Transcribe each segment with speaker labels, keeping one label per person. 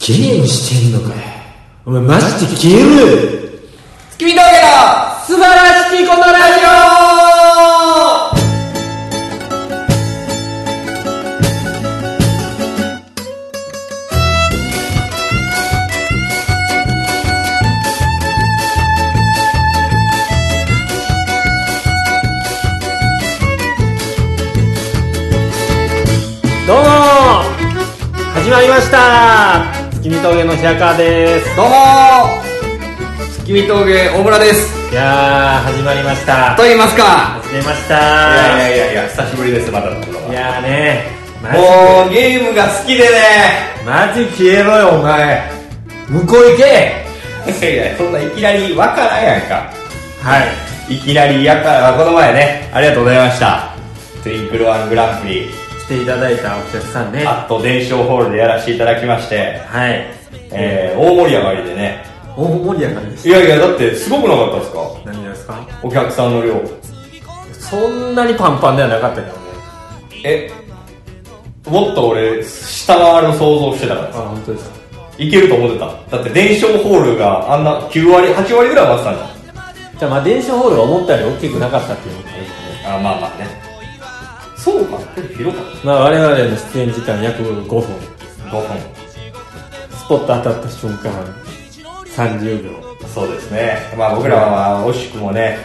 Speaker 1: ゲームしてんのかよ。お前マジでゲーム
Speaker 2: 月見峠の素晴らしきことラジ
Speaker 1: どうも始まりました月見峠の平川です。
Speaker 2: オどうもー月見峠大村です
Speaker 1: いやー、始まりました。
Speaker 2: と言いますか
Speaker 1: 始めまし
Speaker 3: いやい
Speaker 1: た
Speaker 3: やいやいや久しぶりですまだのこと
Speaker 1: い
Speaker 3: は
Speaker 1: やーね、マジ
Speaker 2: もうゲームが好きでね
Speaker 1: マジ消えろよ、お前。向こう行け
Speaker 3: いやいやそんないきなりわからんやんか
Speaker 1: はい。
Speaker 3: いきなりやからこの前ねありがとうございましたトゥインクルワングランプリ
Speaker 1: 来ていただいたお客さんね。
Speaker 3: アット伝承ホールでやらせていただきまして、
Speaker 1: はい。
Speaker 3: えー、大盛り上がりでね
Speaker 1: 大盛り上がりで
Speaker 3: い
Speaker 1: し
Speaker 3: やいやだってすごくなかったですか
Speaker 1: た。何がですか
Speaker 3: お客さんの量
Speaker 1: そんなにパンパンではなかったけどね。
Speaker 3: えもっと俺下回る想像してたから
Speaker 1: あ、
Speaker 3: さ
Speaker 1: 本当ですか
Speaker 3: いけると思ってただって伝承ホールがあんな9割8割ぐらい待ってたんじゃん
Speaker 1: じゃあ、まあ、電子ホールが思ったより大きくなかったっていうのがあるけどね。
Speaker 3: あまあまあねそうか広かっ
Speaker 1: まあ、我々の出演時間約5分。
Speaker 3: た5分
Speaker 1: スポット当たった瞬間、30秒。
Speaker 3: そうですね、まあ、僕らは惜しくもね、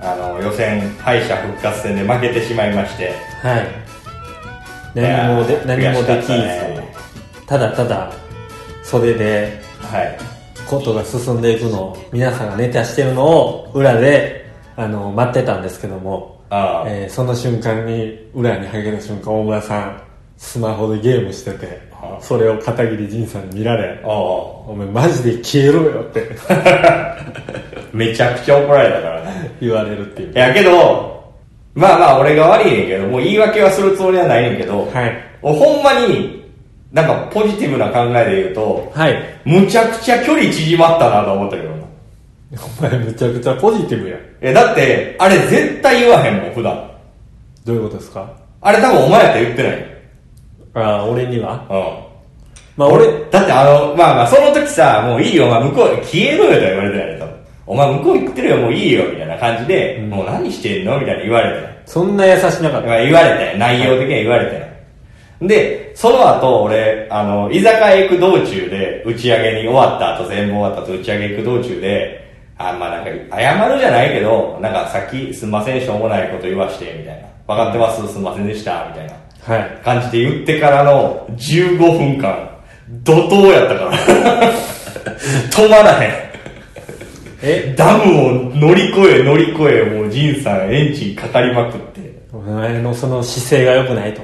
Speaker 3: あの予選敗者復活戦で負けてしまいまして、
Speaker 1: はい。何もで何もできず、
Speaker 3: いや、ー悔しかったね
Speaker 1: ただただ、袖で、
Speaker 3: はい、
Speaker 1: ことが進んでいくのを、皆さんがネタしてるのを、裏で、あの、待ってたんですけども、
Speaker 3: ああ、
Speaker 1: えーその瞬間に、裏に入る瞬間、大村さん、スマホでゲームしてて
Speaker 3: は、あ
Speaker 1: それを片桐仁さんに見られ、
Speaker 3: あ
Speaker 1: お前マジで消えろよって
Speaker 3: あめちゃくちゃ怒られたからね。
Speaker 1: 言われるっていう。
Speaker 3: いやけど、まあまあ、俺が悪いねんけど、もう言い訳はするつもりはないねんけど、
Speaker 1: はい。
Speaker 3: 俺ほんまに、なんかポジティブな考えで言うと、
Speaker 1: はい。
Speaker 3: むちゃくちゃ距離縮まったなと思ったけどな。
Speaker 1: お前むちゃくちゃポジティブやん。
Speaker 3: え、だって、あれ絶対言わへんもん、普段。
Speaker 1: どういうことですか
Speaker 3: あれ多分お前やって言ってない。
Speaker 1: ああ、俺には
Speaker 3: うん。
Speaker 1: まあ
Speaker 3: 俺
Speaker 1: 俺、、
Speaker 3: だってあの、まあまあ、その時さ、もういいよ、お前向こう、消えろよとは言われてないよ、多分。お前向こう行ってるよ、もういいよ、みたいな感じで、
Speaker 1: うん
Speaker 3: もう何してんのみたいな言われてない。
Speaker 1: そんな優しなかっ
Speaker 3: まあ言われてない。内容的には言われてない。で、その後、俺、あの、居酒屋行く道中で、打ち上げに終わった後、全部終わった後、打ち上げ行く道中で、あ、まあなんか、謝るじゃないけど、なんかさっき、すんません、しょうもないこと言わして、みたいな。分かってます、すんませんでした、みたいな。
Speaker 1: た。はい。
Speaker 3: 感じで言ってからの15分間、怒涛やったから。 止まらへ
Speaker 1: え
Speaker 3: ん。ダムを乗り越え乗り越え、もうジンさんエンジンかかりまくって。
Speaker 1: お前のその姿勢が良くないと。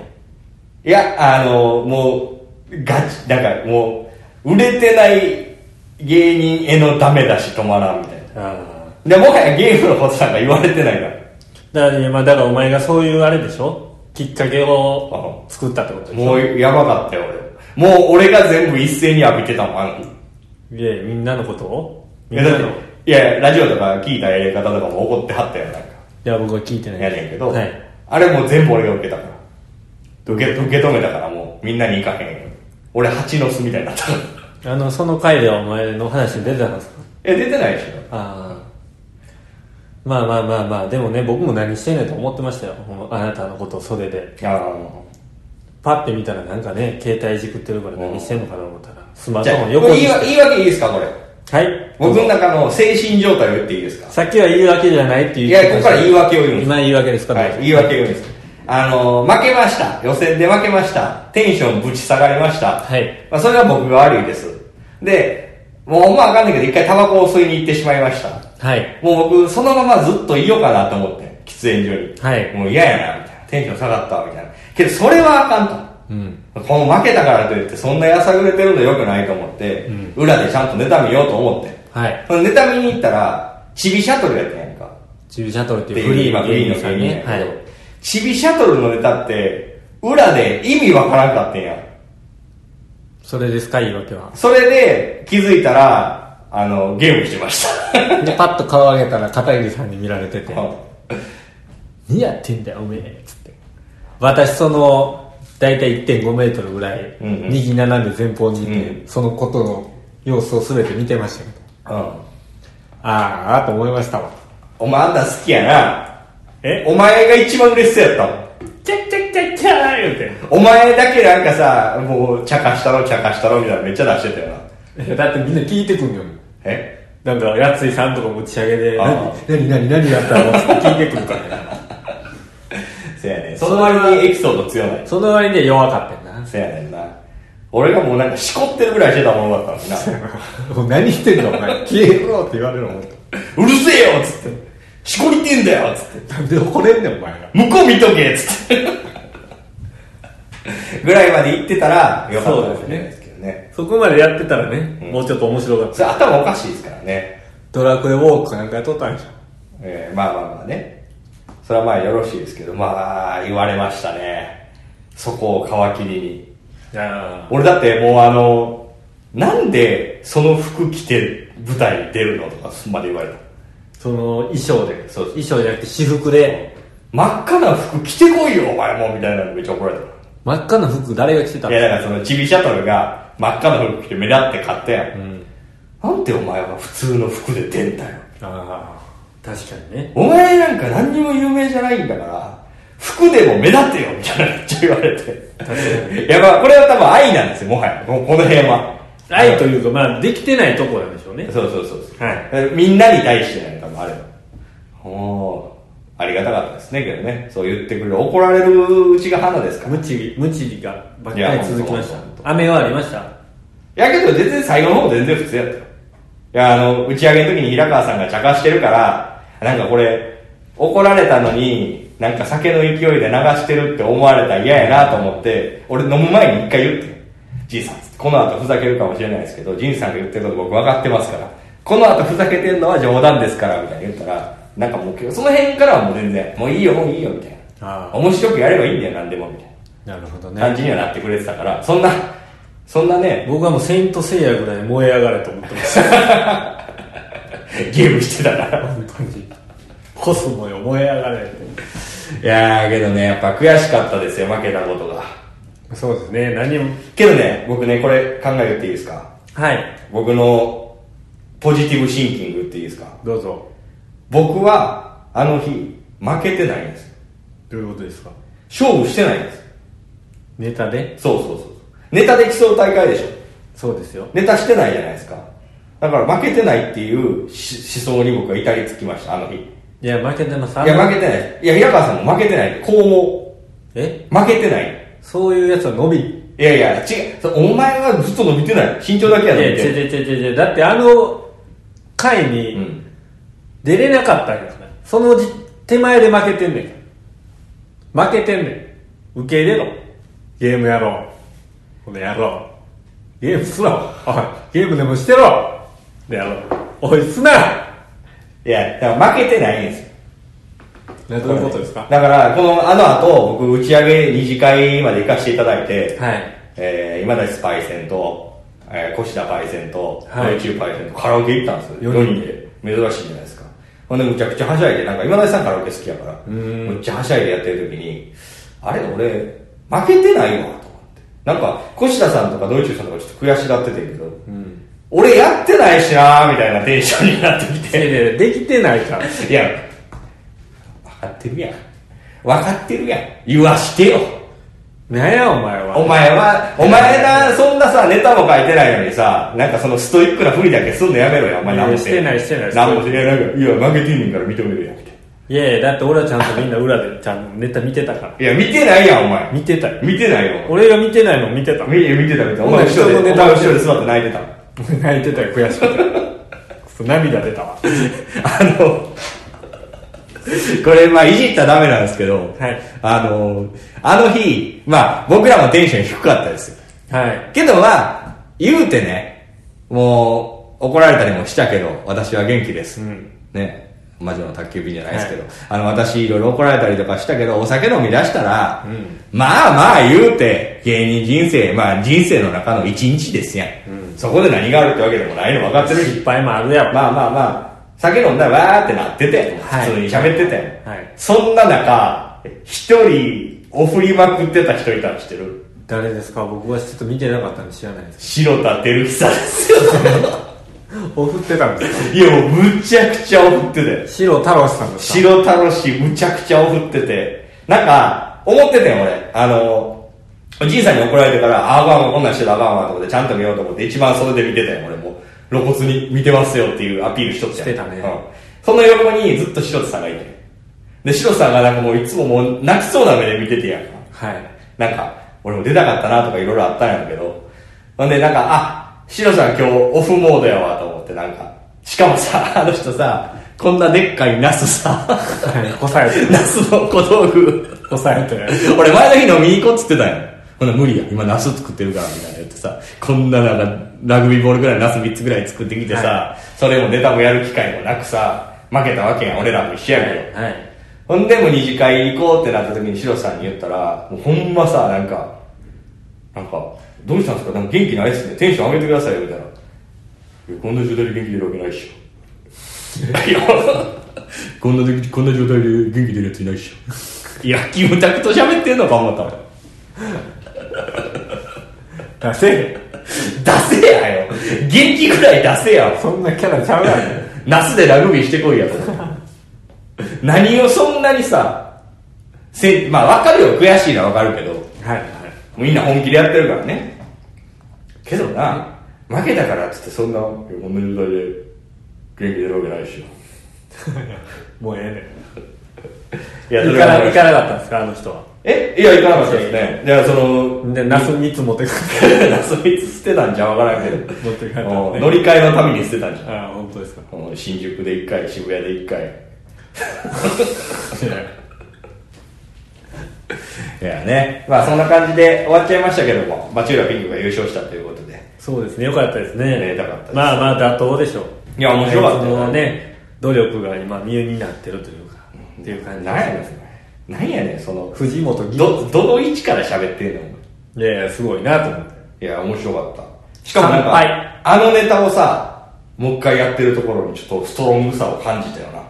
Speaker 3: いや、あの、もう、ガチ、なんかもう、売れてない芸人へのダメ出し止まらんみたいな。
Speaker 1: ああ。
Speaker 3: で、もはやゲームのことなんか言われてないか
Speaker 1: だ
Speaker 3: ら。
Speaker 1: から、まあだからお前がそういうあれでしょきっかけを作ったってことでしょ
Speaker 3: もう、やばかったよ、俺。もう、俺が全部一斉に浴びてたもん、あの日。
Speaker 1: いやいやみんなのことを
Speaker 3: い
Speaker 1: みん
Speaker 3: や、
Speaker 1: な
Speaker 3: だっ
Speaker 1: の。い
Speaker 3: て、いや、ラジオとか聞いたやり方とかも怒ってはったよ、なんか。
Speaker 1: や、僕は聞いてない。
Speaker 3: やねんけど、
Speaker 1: はい。
Speaker 3: あれもう全部俺が受けたから。受け、受け止めたからもう、みんなに行かへんよ。俺、蜂の巣みたいになったから。
Speaker 1: あの、その回ではお前の話に出てたんですか
Speaker 3: え、出てないでしょ
Speaker 1: ああまあまあまあまあでもね僕も何してんねんと思ってましたよこのあなたのことを袖で
Speaker 3: あ
Speaker 1: パッて見たらなんかね携帯いじくってるから何してんのかな思ったらスマ
Speaker 3: あ
Speaker 1: ー
Speaker 3: じ
Speaker 1: トフ
Speaker 3: ゃ
Speaker 1: ォ
Speaker 3: あ、
Speaker 1: ン横
Speaker 3: これ
Speaker 1: に
Speaker 3: 言い
Speaker 1: し
Speaker 3: 訳言い訳いいですか、これ。
Speaker 1: てはい
Speaker 3: 僕の中の精神状態を言っていいですか
Speaker 1: さっきは言い訳じゃないっていう
Speaker 3: いや、ここから言い訳を言うんです。
Speaker 1: 今言い訳ですか
Speaker 3: はい、言い訳を言うんです。あのー、負けました。予選で負けました。テンションぶち下がりました。
Speaker 1: はい
Speaker 3: まあ、それは僕が悪いです。で、もう思わかんないけど、一回タバコを吸いに行ってしまいました。
Speaker 1: はい
Speaker 3: もう僕、そのままずっといようかなと思って、喫煙所に。
Speaker 1: はい
Speaker 3: もう嫌やな、みたいな。テンション下がったわ、みたいな。けど、それはあかんと。
Speaker 1: うん
Speaker 3: この負けたからといって、そんなやさぐれてるの良くないと思って、
Speaker 1: うん
Speaker 3: 裏でちゃんと妬みようと思って。
Speaker 1: はい
Speaker 3: その妬みに行ったら、チビシャトルやったやんか。
Speaker 1: 駐車トルって
Speaker 3: で
Speaker 1: いうフリー
Speaker 3: 今
Speaker 1: マ
Speaker 3: フリーの
Speaker 1: さん
Speaker 3: 芸人や
Speaker 1: ね
Speaker 3: けど、
Speaker 1: はい
Speaker 3: チビシャトルのネタって、裏で意味わからんかったんやん。
Speaker 1: それですか言い訳は
Speaker 3: それで、気づいたら、あの、ゲームしてまし た。
Speaker 1: でパッと顔上げたら片桐さんに見られてて
Speaker 3: うん
Speaker 1: 何やってんだよおめえつって私その大体1.5メートルぐらい、
Speaker 3: うんうん
Speaker 1: 右斜め前方にいて、
Speaker 3: う
Speaker 1: そのことの様子を全て見てましたけど、
Speaker 3: うん。
Speaker 1: あーあーと思いましたわ。
Speaker 3: お前あんた好きやな。
Speaker 1: え
Speaker 3: お前が一番嬉しそうやったもん。
Speaker 1: チャッチャッチャッチャー言うて。
Speaker 3: お前だけなんかさ、もう、茶化したろ、茶化したろ、みたいなめっちゃ出してたよな。
Speaker 1: いや だってみんな聞いてくんよ。
Speaker 3: え
Speaker 1: なんか、やついさんとか持ち上げで、
Speaker 3: あ
Speaker 1: 何
Speaker 3: ー、
Speaker 1: 何、何、何やったのって聞いてくるから、
Speaker 3: せやねん。その割にエピソード強ない。
Speaker 1: その割には弱かったよ
Speaker 3: せやねんな。俺がもうなんかしこってるぐらいしてたものだったのにな。
Speaker 1: な。もう何してん だお前、消えろって言われるの、
Speaker 3: うるせえよっつって。しこりてんだよっつって。
Speaker 1: なんで怒れんねん、お前が。
Speaker 3: 向こう見とけっつって。ぐらいまで行ってたら、よかったかもしれないですけどね。
Speaker 1: そこまでやってたらね、
Speaker 3: うん
Speaker 1: もうちょっと面白かった。
Speaker 3: それ頭おかしいですからね。
Speaker 1: ドラクエウォークかなんかやっとったんでしょ。
Speaker 3: えーまあまあまあね。それはまあよろしいですけど、まあ、言われましたね。そこを皮切りに。
Speaker 1: いや
Speaker 3: 俺だってもうあの、なんでその服着て舞台に出るのとか、そんまで言われた。
Speaker 1: その衣装で、
Speaker 3: そうそう
Speaker 1: 衣装じゃなくて私服で、
Speaker 3: 真っ赤な服着てこいよ、お前もみたいなのめっちゃ怒られた。
Speaker 1: 真っ赤な服誰が着てた
Speaker 3: い
Speaker 1: の
Speaker 3: や、だからそのチビシャトルが真っ赤な服着て目立って買ったやん。なんでお前は普通の服で出んだよ。
Speaker 1: ああ、確かにね。
Speaker 3: お前なんか何にも有名じゃないんだから、服でも目立てよみたいなめっちゃ言われて。いや、まあこれは多分愛なんですよ、もはや。もうこの辺は。
Speaker 1: 愛というか、まあ、できてないとこなんでしょうね。
Speaker 3: そうそうそうそう。
Speaker 1: はい
Speaker 3: えみんなに対してなんかもあれば。おーありがたかったですね、けどね。そう言ってくれる。怒られるうちが花ですから。
Speaker 1: 無知、無知がばっかり続きまし
Speaker 3: いやほんとほん
Speaker 1: た。雨はありました
Speaker 3: いやけど全然最後の方全然普通やったよ。いや、あの、打ち上げの時に平川さんが茶化してるから、なんかこれ、怒られたのに、なんか酒の勢いで流してるって思われたら嫌やなと思って、俺飲む前に一回言って。じいさん、この後ふざけるかもしれないですけど、じいさんが言ってること僕分かってますから、この後ふざけてんのは冗談ですから、みたいな言ったら、なんかもう、その辺からはもう全然、もういいよ、もういいよ、みたい
Speaker 1: あ
Speaker 3: な。
Speaker 1: あ
Speaker 3: 面白くやればいいんだよ、なんでも、みたい
Speaker 1: なるほど
Speaker 3: な感じにはなってくれてたから、そんな、そんなね、
Speaker 1: 僕はもうセイントセイヤぐらい燃え上がれと思ってま した。
Speaker 3: ゲームしてたな。
Speaker 1: 本当に。コスモよ、燃え上がれ
Speaker 3: いやーけどね、やっぱ悔しかったですよ、負けたことが。
Speaker 1: そうですね、何も。
Speaker 3: けどね、僕ね、これ考え言っていいですか
Speaker 1: はい、
Speaker 3: 僕のポジティブシンキングっていいですか
Speaker 1: どうぞ。
Speaker 3: 僕は、あの日、負けてないんです。
Speaker 1: どういうことですか
Speaker 3: 勝負してないんです。
Speaker 1: ネタで
Speaker 3: そうそうそう。ネタで競う大会でしょ
Speaker 1: そうですよ。
Speaker 3: ネタしてないじゃないですか。だから負けてないっていうし思想に僕は至りつきました、あの日。い
Speaker 1: いや、負けてます。
Speaker 3: や、負けてない。いや、平川さんも負けてない。こうも
Speaker 1: え
Speaker 3: 負けてない。
Speaker 1: そういうやつは伸び。
Speaker 3: いやいや、違う。そお前はずっと伸びてない。身長だけ
Speaker 1: い
Speaker 3: や
Speaker 1: や、
Speaker 3: ぞ
Speaker 1: 違う
Speaker 3: みたいな。
Speaker 1: 違う違う違う。だってあの回
Speaker 3: う
Speaker 1: に
Speaker 3: ん。
Speaker 1: 出れなかったんやから。そのじ手前で負けてんねんから。負けてんねん。受け入れろ。ゲームやろう。この野郎。ゲームすな。おい、ゲームでもしてろ。でやろう。おい、すな。
Speaker 3: いや、だから負けてないんですよ。
Speaker 1: どういうことですか
Speaker 3: だから、この、あの後、僕、打ち上げ二次会まで行かせていただいて、
Speaker 1: はい。
Speaker 3: えー、今立パイセンと、えー、越田パイセンと、
Speaker 1: はい
Speaker 3: ロイチューパイセンとカラオケ行ったんです
Speaker 1: 四
Speaker 3: よ。4
Speaker 1: 人
Speaker 3: 人で。珍しいじゃないですか。ほんで、むちゃくちゃはしゃいで、なんか、今立さんカラオケ好きやから、むっちゃはしゃいでやってる時に、あれ、俺、負けてないわ、と思って。なんか、越田さんとかドイチューさんとかちょっと悔しがっててんけど、俺やってないしなーみたいなテンションになってきて。
Speaker 1: いやいやできてないから。
Speaker 3: いや、分かってるやん。分かってるやん。言わしてよ。
Speaker 1: なんやお前は。
Speaker 3: お前は、お前な、そんなさ、ネタも書いてないのにさ、なんかそのストイックなふりだけすんのやめろよ、お前
Speaker 1: いや
Speaker 3: 何も
Speaker 1: してないしてない
Speaker 3: 何もしてない。なんか、いや、負けてんねんから認めるやん、みたい
Speaker 1: いやいや、だって俺はちゃんとみんな裏でちゃんとネタ見てたから。
Speaker 3: な。いや、見てないやん、お前。
Speaker 1: 見てたよ。
Speaker 3: 見てないよ。
Speaker 1: 俺が見てないの見 てた。
Speaker 3: 見見てた、見てた。お
Speaker 1: お前
Speaker 3: 前後ろで、
Speaker 1: 人の
Speaker 3: お
Speaker 1: ネ
Speaker 3: 前
Speaker 1: タ
Speaker 3: 後ろで座って泣いてた。
Speaker 1: 泣いてたよ、悔し くて。くそ涙出た わ。
Speaker 3: あの、これ、まあ、いじったらダメなんですけど、
Speaker 1: はい
Speaker 3: あの、あの日、まあ、僕らもテンション低かったですよ。
Speaker 1: はい。
Speaker 3: けどまあ、言うてね、もう、怒られたりもしたけど、私は元気です。
Speaker 1: うん
Speaker 3: ね。魔女の宅急便じゃないですけど、あの、私いろいろ怒られたりとかしたけど、お酒飲み出したら、まあまあ言うて、芸人人生、まあ人生の中の一日ですやん,、そこで何があるってわけでもないの分かってるし
Speaker 1: 失、敗もあるやろ。
Speaker 3: まあまあまあ、酒飲んだらわーってなってて、
Speaker 1: はい
Speaker 3: 普通に喋ってて、
Speaker 1: はい
Speaker 3: そんな中、一人、お振りまくってた人いたの知ってる
Speaker 1: 誰ですか僕はちょっと見てなかったんで知らないです
Speaker 3: 白田照久ですよ。
Speaker 1: お振ってたんですか
Speaker 3: いや、もうむちゃくちゃお振ってたよ。
Speaker 1: 白太郎さんですか
Speaker 3: 白田のし、むちゃくちゃお振ってて。なんか、思ってたよ、俺。あの、おじいさんに怒られてから、ああかんわ、こんなんしてたらあかんわ、と思って、ちゃんと見ようと思って、一番それで見てたよ、俺もう。露骨に見てますよっていうアピールしとって。
Speaker 1: してたね
Speaker 3: うん。その横にずっと白田さんがいて。で、白田さんがなんかもういつももう泣きそうな目で見ててやんか。
Speaker 1: はい
Speaker 3: なんか、俺も出たかったなとかいろいろあったんやけど、ほんでなんか、あ、シロさん今日オフモードやわと思ってなんか、しかもさ、あ の人さ、こんなでっかいナスさ、
Speaker 1: はいこさえて
Speaker 3: ナスの小道具、
Speaker 1: こさえて
Speaker 3: 俺前の日飲みに行こうっつってたんよ。ほんなら無理や、今ナス作ってるからみたいな言ってさ、こんななんかラグビーボールぐらいナス3つぐらい作ってきてさ、
Speaker 1: は
Speaker 3: それもネタもやる機会もなくさ、負けたわけやん、俺らも一緒やけど。
Speaker 1: はい
Speaker 3: ほんでもう二次会行こうってなった時にシロさんに言ったら、もうほんまさ、なんか、なんか、どうしたんですかなんか元気ないっすね。テンション上げてくださいよ、みたいな。いやこんな状態で元気出るわけないっしょ。いや、 こんな時、こんな状態で元気出るやついないっしょ。いや、キムタクと喋ってんのか思ったわ。
Speaker 1: 出せ
Speaker 3: 出せやよ。元気ぐらい出せや。
Speaker 1: そんなキャラちゃうやん
Speaker 3: ナスでラグビーしてこいやと。何をそんなにさ、せ、まあわかるよ。悔しいのはわかるけど。
Speaker 1: はいはい
Speaker 3: みんな本気でやってるからね。けどな、負けたからっつってそんな、いやこんな状態で元気出るわけないでしょ。
Speaker 1: もうええ
Speaker 3: いや、
Speaker 1: ねん行かな行かなかったんですかあの人は
Speaker 3: えいや、行かなかったですね。いや、その、
Speaker 1: でナス3つ持ってくる
Speaker 3: ナス3つ捨てたんじゃんわからんけど。
Speaker 1: 持って帰ったね
Speaker 3: もう乗り換えのために捨てたんじゃん。
Speaker 1: ああ本当ですか
Speaker 3: もう新宿で1回、渋谷で1回。いやね。まあそんな感じで終わっちゃいましたけども、町浦ピンクが優勝したということで。
Speaker 1: そうですねよかったですね
Speaker 3: ね良かったです
Speaker 1: まあまあ妥当でしょう
Speaker 3: いや面白かったよ
Speaker 1: あいつのね努力が今身になってるというかっていう感じ
Speaker 3: なんやねんそれ。なんやねん、その、
Speaker 1: 藤本義
Speaker 3: ど、どの位置から喋ってんのお前
Speaker 1: いやいやすごいなと思って
Speaker 3: いや、面白かった。しかもなん
Speaker 1: 乾
Speaker 3: か
Speaker 1: 杯、
Speaker 3: あのネタをさ、もう一回やってるところにちょっとストロングさを感じたよな。
Speaker 1: あ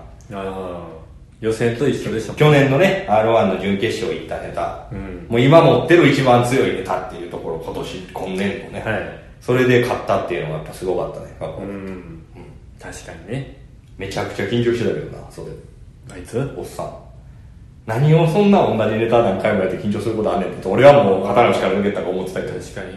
Speaker 1: あ予選と一緒でしょ
Speaker 3: 去年のね、R1 の準決勝行ったネタ、
Speaker 1: うん
Speaker 3: もう今持ってる一番強いネタっていうところ、今年、今年度ね、
Speaker 1: はい
Speaker 3: それで勝ったっていうのがやっぱすごかったね。
Speaker 1: うん、確かにね
Speaker 3: めちゃくちゃ緊張してたけどな、それ。
Speaker 1: あいつ
Speaker 3: おっさん。何をそんな同じネタ何回もやって緊張することあんねんって、俺はもう肩の力抜けたと思ってたけど、
Speaker 1: 確かに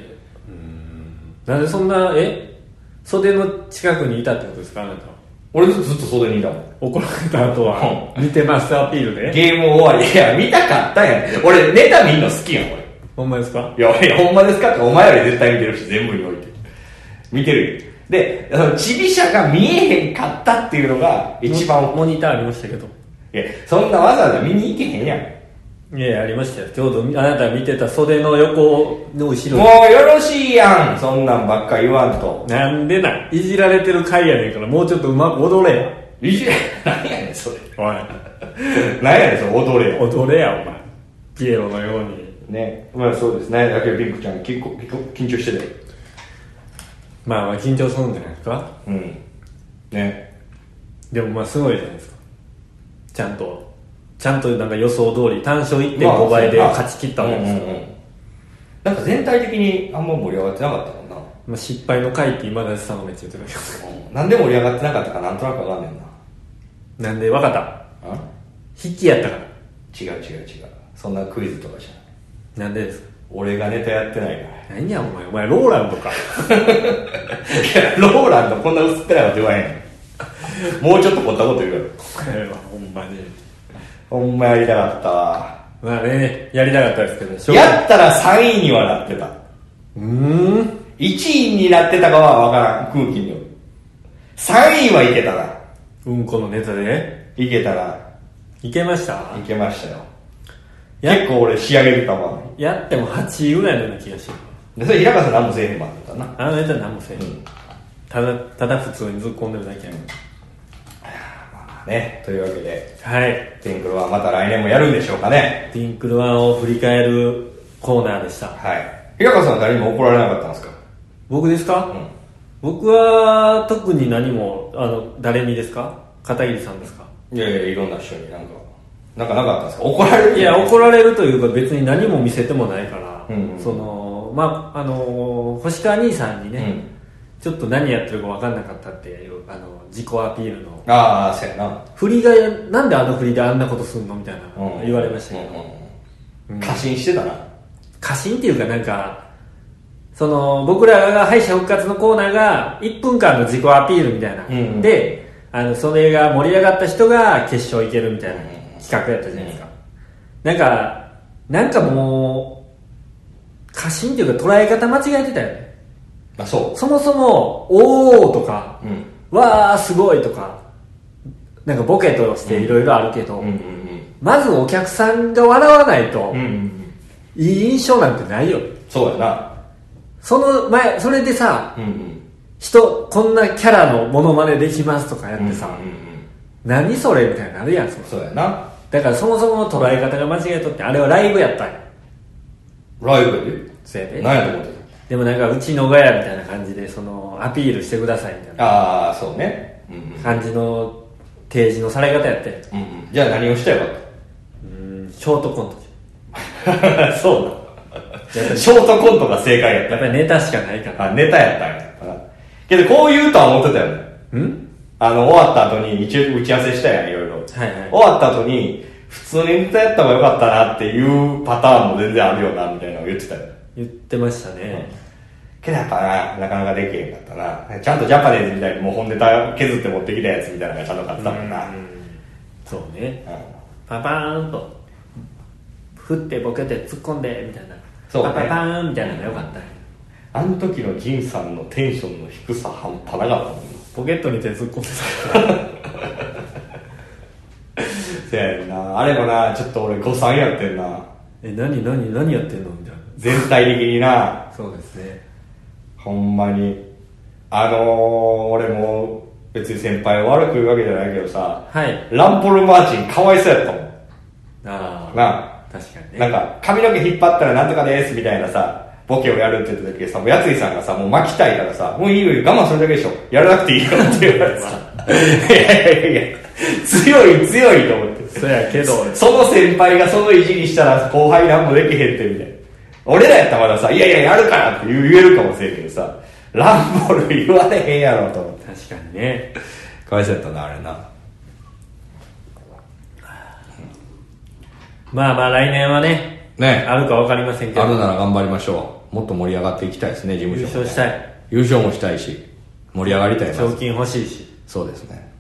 Speaker 1: うんなんでそんなえ袖の近くにいたってことですかあなたは
Speaker 3: 俺ずっと袖にいたもん。
Speaker 1: 怒られた後は見てますアピールで
Speaker 3: ゲーム終わり。いや、見たかったやん。俺、ネタ見んの好きやん、俺。
Speaker 1: ほんまですか
Speaker 3: いや、いやほんまですかって、お前より絶対見てるし、全部において。見てるよ。で、その、チビ社が見えへんかったっていうのが、一番、
Speaker 1: モニターありましたけど
Speaker 3: いや、そんなわざわざ見に行けへんやん。
Speaker 1: いやいやありましたよちょうどあなたが見てた袖の横の後ろに
Speaker 3: もうよろしいやん、そんなんばっか言わんと。
Speaker 1: なんでないいじられてる回やねんからもうちょっとうまく踊れや
Speaker 3: いじれ、なんやねん、それ。
Speaker 1: おい
Speaker 3: なんやねん、それ、踊れよ。
Speaker 1: 踊れやお前ピエロのように
Speaker 3: ね。まあそうですね。だけど、ピンクちゃん、結構、結構緊張してたよ。
Speaker 1: まあまあ緊張するんじゃないですか
Speaker 3: うん。ね。
Speaker 1: でもまあすごいじゃないですかちゃんとちゃんとなんか予想通り単勝
Speaker 3: まあ
Speaker 1: 1.5倍で勝ち切ったわけですから、
Speaker 3: うんうんうんなんか全体的にあんま盛り上がってなかったもんな、
Speaker 1: まあ、失敗の回って今田さんがめっちゃ言ってたけ
Speaker 3: なんで盛り上がってなかったかなんとなくわかんねんな
Speaker 1: どなんでわかった
Speaker 3: あ
Speaker 1: 引きやったから
Speaker 3: 違う違う違うそんなクイズとかじゃな
Speaker 1: な
Speaker 3: い
Speaker 1: んでですか
Speaker 3: 俺がネタやってないか
Speaker 1: 何やお前お前ローランド か
Speaker 3: らいや ローランドこんな薄っぺらいこと言わへんもうちょっと凝ったこと言うよ
Speaker 1: お前はほんまに
Speaker 3: ほんまやりたかったわ
Speaker 1: まあねやりたかったですけどしょうがない
Speaker 3: やったら3位にはなってた
Speaker 1: うーん
Speaker 3: 1位になってたかはわからん空気による3位はいけたな
Speaker 1: うんこのネタで
Speaker 3: いけたない
Speaker 1: けました
Speaker 3: いけましたよ
Speaker 1: や
Speaker 3: 結構俺仕上げてたわ
Speaker 1: やっても8位ぐらいのような気がしてる
Speaker 3: でそれ平川さん何もせえへんわってたな
Speaker 1: あのネタ何もせん、
Speaker 3: ん
Speaker 1: ただただ普通に突っ込んでるだけやん
Speaker 3: ねというわけで
Speaker 1: はい
Speaker 3: ティンクルはまた来年もやるんでしょうかね
Speaker 1: ティンクルワンを振り返るコーナーでした
Speaker 3: はい平川さんは誰にも怒られなかったんですか
Speaker 1: 僕ですか、
Speaker 3: ん
Speaker 1: 僕は特に何もあの誰にですか片桐さんですか
Speaker 3: いやいやいろんな人になんかなんかなかったんですか怒られる
Speaker 1: いや怒られるというか別に何も見せてもないから、
Speaker 3: うんうん
Speaker 1: そのまああのー星川兄さんにね、
Speaker 3: うん
Speaker 1: ちょっと何やってるか分かんなかったっていうあの自己アピールの
Speaker 3: ああ、そうやな。
Speaker 1: 振りがなんであの振りであんなことすんのみたいな
Speaker 3: うん
Speaker 1: 言われましたけど、
Speaker 3: うんうん過信してたな。
Speaker 1: 過信っていうかなんかその僕らが敗者復活のコーナーが1分間の自己アピールみたいな、
Speaker 3: うん
Speaker 1: であのそれが盛り上がった人が決勝行けるみたいな企画やったじゃないですか、なんかなんかもう過信っていうか捉え方間違えてたよね
Speaker 3: まあそ
Speaker 1: そもそも「おお」とか
Speaker 3: う。うん。
Speaker 1: 「わあすごい」とかなんかボケとしていろいろあるけど、
Speaker 3: うんうん
Speaker 1: まずお客さんが笑わないと
Speaker 3: うん。うんうんうん。
Speaker 1: いい印象なんてないよ、
Speaker 3: そうやな。
Speaker 1: その前それでさ
Speaker 3: うんうん。
Speaker 1: 人こんなキャラのモノマネできますとかやってさ、
Speaker 3: うんうんうん。
Speaker 1: 何それみたいになるやんその
Speaker 3: そうやな。
Speaker 1: だからそもそもの捉え方が間違えとってあれはライブやったんや
Speaker 3: ライブ
Speaker 1: そうや
Speaker 3: で
Speaker 1: で
Speaker 3: 何やと思って
Speaker 1: でもなんかうちのガヤみたいな感じでそのアピールしてくださいみたい
Speaker 3: た
Speaker 1: な
Speaker 3: ああ、そうね。うんうん。
Speaker 1: 感じの提示のされ方やって
Speaker 3: うんうんじゃあ何をしたよかっ
Speaker 1: うーんショートコント
Speaker 3: た そうだ。 ショートコントが正解
Speaker 1: や
Speaker 3: や
Speaker 1: っ
Speaker 3: っ
Speaker 1: ぱりネタしかないか
Speaker 3: た。
Speaker 1: ら
Speaker 3: あ、ネタやったんや。けどこう言うとは思ってたよね。
Speaker 1: うん
Speaker 3: あの、終わった後に一応打ち合わせしたやん、いろいろ。
Speaker 1: はいはい
Speaker 3: 終わった後に、普通にネタやった方がよかったなっていうパターンも全然あるよな、みたいなのを言ってたよ。
Speaker 1: 言ってましたね、
Speaker 3: けどやっぱな、なかなかできへんかったな。ちゃんとジャパネーズみたいにもう本ネタ削って持ってきたやつみたいなのがちゃんと買ってたもんな。うん
Speaker 1: そうねパパーンと振ってボケて突っ込んでみたいな
Speaker 3: そうね
Speaker 1: パパパーンみたいなのがよかったね
Speaker 3: あの時のジンさんのテンションの低さ半端なかったもんな。
Speaker 1: ポケットに手突っ込んで
Speaker 3: せやねんな。あれもな、ちょっと俺誤算やってんな。
Speaker 1: え何何何やってんのみたい
Speaker 3: 全体的にな。
Speaker 1: なそうですね
Speaker 3: ほんまに。あのー、俺も別に先輩を悪く言うわけじゃないけどさ、
Speaker 1: はい
Speaker 3: ランポルマーチンかわいそうやったもん。
Speaker 1: ああ
Speaker 3: な
Speaker 1: 確かにね
Speaker 3: なんか、髪の毛引っ張ったらなんとかですみたいなさ、ボケをやるって言った時さ、もうやついさんがさ、もう巻きたいからさ、もういいよいいよ、我慢するだけでしょ。やらなくていいよって言われ てさ、いやいやいやいや、強い強いと思って。
Speaker 1: そうやけど
Speaker 3: その先輩がその意地にしたら後輩なんもできへんってみたいな。俺らやったらまださ、いやいややるからって言う言えるかもしれんけどさ、ランボール言われへんやろと思って。
Speaker 1: 確かにね
Speaker 3: かわいそうやったな、あれな。
Speaker 1: まあまあ来年はね
Speaker 3: ね
Speaker 1: あるか分かりませんけど
Speaker 3: なら頑張りましょう。もっと盛り上がっていきたいですね、事
Speaker 1: 優勝したい
Speaker 3: 優勝もしたいし、盛り上がりたい
Speaker 1: 賞金欲しいし
Speaker 3: そうですね。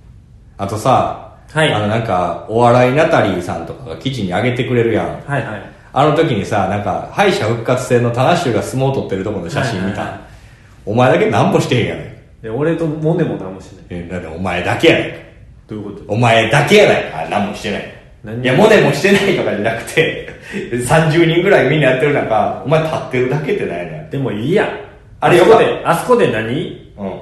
Speaker 3: あとさ、
Speaker 1: はい
Speaker 3: あのなんか、お笑いナタリーさんとかが記事に上げてくれるやん。
Speaker 1: はいはい
Speaker 3: あの時にさ、なんか、敗者復活戦のタナシュが相撲を取ってるところの写真見
Speaker 1: はいはいは
Speaker 3: た。お前だけなんもしてへんやねん。
Speaker 1: で俺とモネも何もしない
Speaker 3: え、なんでお前だけやねんか。
Speaker 1: どういうこと
Speaker 3: お前だけやないか。あ、なんもしてな
Speaker 1: 何
Speaker 3: い。いや、モネもしてないとかじゃなくて、30人ぐらいみんなやってる中、お前立ってるだけってないね
Speaker 1: でもいいや
Speaker 3: あれ
Speaker 1: そこ
Speaker 3: よか
Speaker 1: であそこで何
Speaker 3: ん。うん。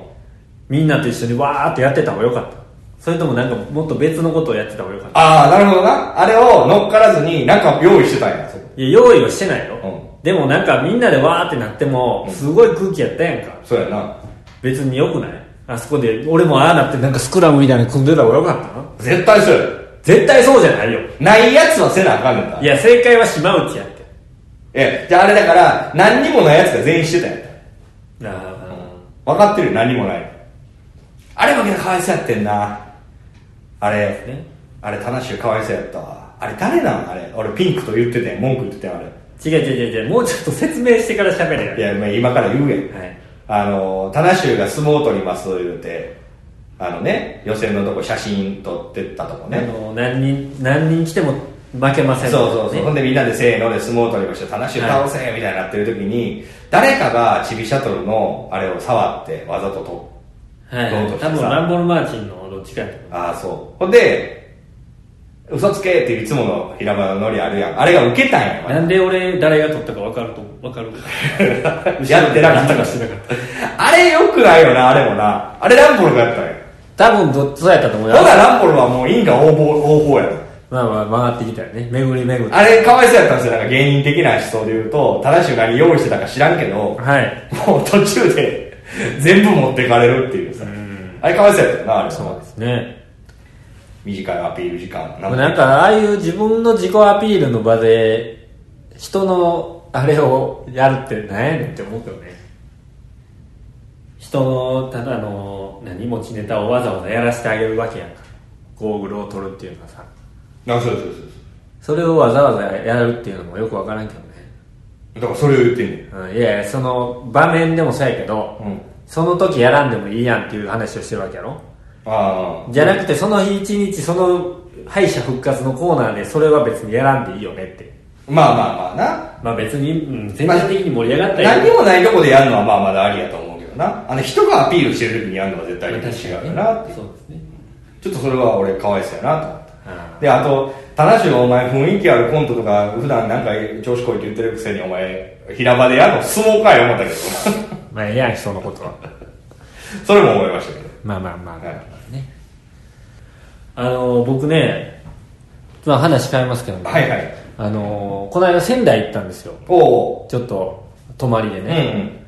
Speaker 1: みんなと一緒にわーってやってた方がよかったそれともなんかもっと別のことをやってた方がよかった
Speaker 3: ああ、なるほどな。あれを乗っからずに、なんか用意してたんや、そこ。
Speaker 1: いや用意はしてないよ、
Speaker 3: う
Speaker 1: でもなんかみんなでわーってなってもすごい空気やったやんか、
Speaker 3: そうやな。
Speaker 1: 別によくないあそこで俺もああなってなんかスクラムみたいに組んでた方がよかったな
Speaker 3: 絶対そうや。
Speaker 1: 絶対そうじゃないよ。
Speaker 3: ないやつはせなあかんねんない
Speaker 1: や正解は島内やって
Speaker 3: え、じゃああれだから、何にもないやつが全員してたんや。
Speaker 1: あ
Speaker 3: 分かってるよ何もないあれもけどかわいそうやってんなあれ、
Speaker 1: ね
Speaker 3: あれ田中かわいそうやったわあれ誰なんあれ俺ピンクと言ってて文句言っててあれ
Speaker 1: ー違う違う違う違うもうちょっと説明してから喋れよ
Speaker 3: いや、まあ、今から言うやん、
Speaker 1: はい
Speaker 3: あの田中が相撲を取ります言うてあのね予選のとこ写真撮ってったとこね
Speaker 1: あの何人何人来ても負けません
Speaker 3: そうそうそう、
Speaker 1: ね
Speaker 3: ほんでみんなでせーので相撲取りました田中倒せみたいになってる時に、誰かがチビシャトルのあれを触ってわざと取っ
Speaker 1: はい
Speaker 3: どうぞ
Speaker 1: 多分
Speaker 3: さ
Speaker 1: ランボルマーチンのどっちかやと思う
Speaker 3: ああ、そう。ほんで、嘘つけっていういつもの平場のノリあるやん。あれが受けたんや。まだ
Speaker 1: なんで俺誰が取ったか分かると分かる
Speaker 3: やってなかったか
Speaker 1: してなかった
Speaker 3: あれ良くないよな、あれもな。あれランボルがやったんや。
Speaker 1: 多分どっちだやったと思
Speaker 3: ほ
Speaker 1: う
Speaker 3: なランボルはもう因果応報、応報やろ。
Speaker 1: まあまあ曲がってきたよね巡り巡って
Speaker 3: あれかわいそうやったんですよ。なんか原因的な思想で言うと、正しく何用意してたか知らんけど、
Speaker 1: はい
Speaker 3: もう途中で 全部持ってかれるっていうさ。あれかわいそうやったよな、あれ。
Speaker 1: そうですね
Speaker 3: 短いアピール時間
Speaker 1: でもなんかああいう自分の自己アピールの場で人のあれをやるって何やねんって思うけどね人のただの何持ちネタをわざわざやらせてあげるわけやんかゴーグルを取るっていうのはさ
Speaker 3: あそうそうそう
Speaker 1: それをわざわざやるっていうのもよくわからんけどね、
Speaker 3: そうだからそれを言ってんねん
Speaker 1: うん、いやいやその場面でもそうやけど、
Speaker 3: うん
Speaker 1: その時やらんでもいいやんっていう話をしてるわけやろ
Speaker 3: ああ
Speaker 1: じゃなくてその日一日その敗者復活のコーナーでそれは別にやらんでいいよねって
Speaker 3: まあまあまあ
Speaker 1: ま
Speaker 3: な
Speaker 1: あ別に、うん、全体的に盛り上がったり、
Speaker 3: 何にもないとこでやるのはまあまだありやと思うけどなあの人がアピールしてる時にやるのは絶対に違うなって
Speaker 1: そうですね
Speaker 3: ちょっとそれは俺かわいそうやなと思った、
Speaker 1: う
Speaker 3: であと田中がお前雰囲気あるコントとか普段なんか調子こいって言ってるくせにお前平場でやるの相撲かい思ったけど
Speaker 1: まあええやん人のことは
Speaker 3: それも思いましたけど
Speaker 1: まあまあまあ、
Speaker 3: はい
Speaker 1: ねあの僕ねまあ話変えますけどね
Speaker 3: はいはい
Speaker 1: あのこの間仙台行ったんですよ
Speaker 3: おお
Speaker 1: ちょっと泊まりで
Speaker 3: う
Speaker 1: ね、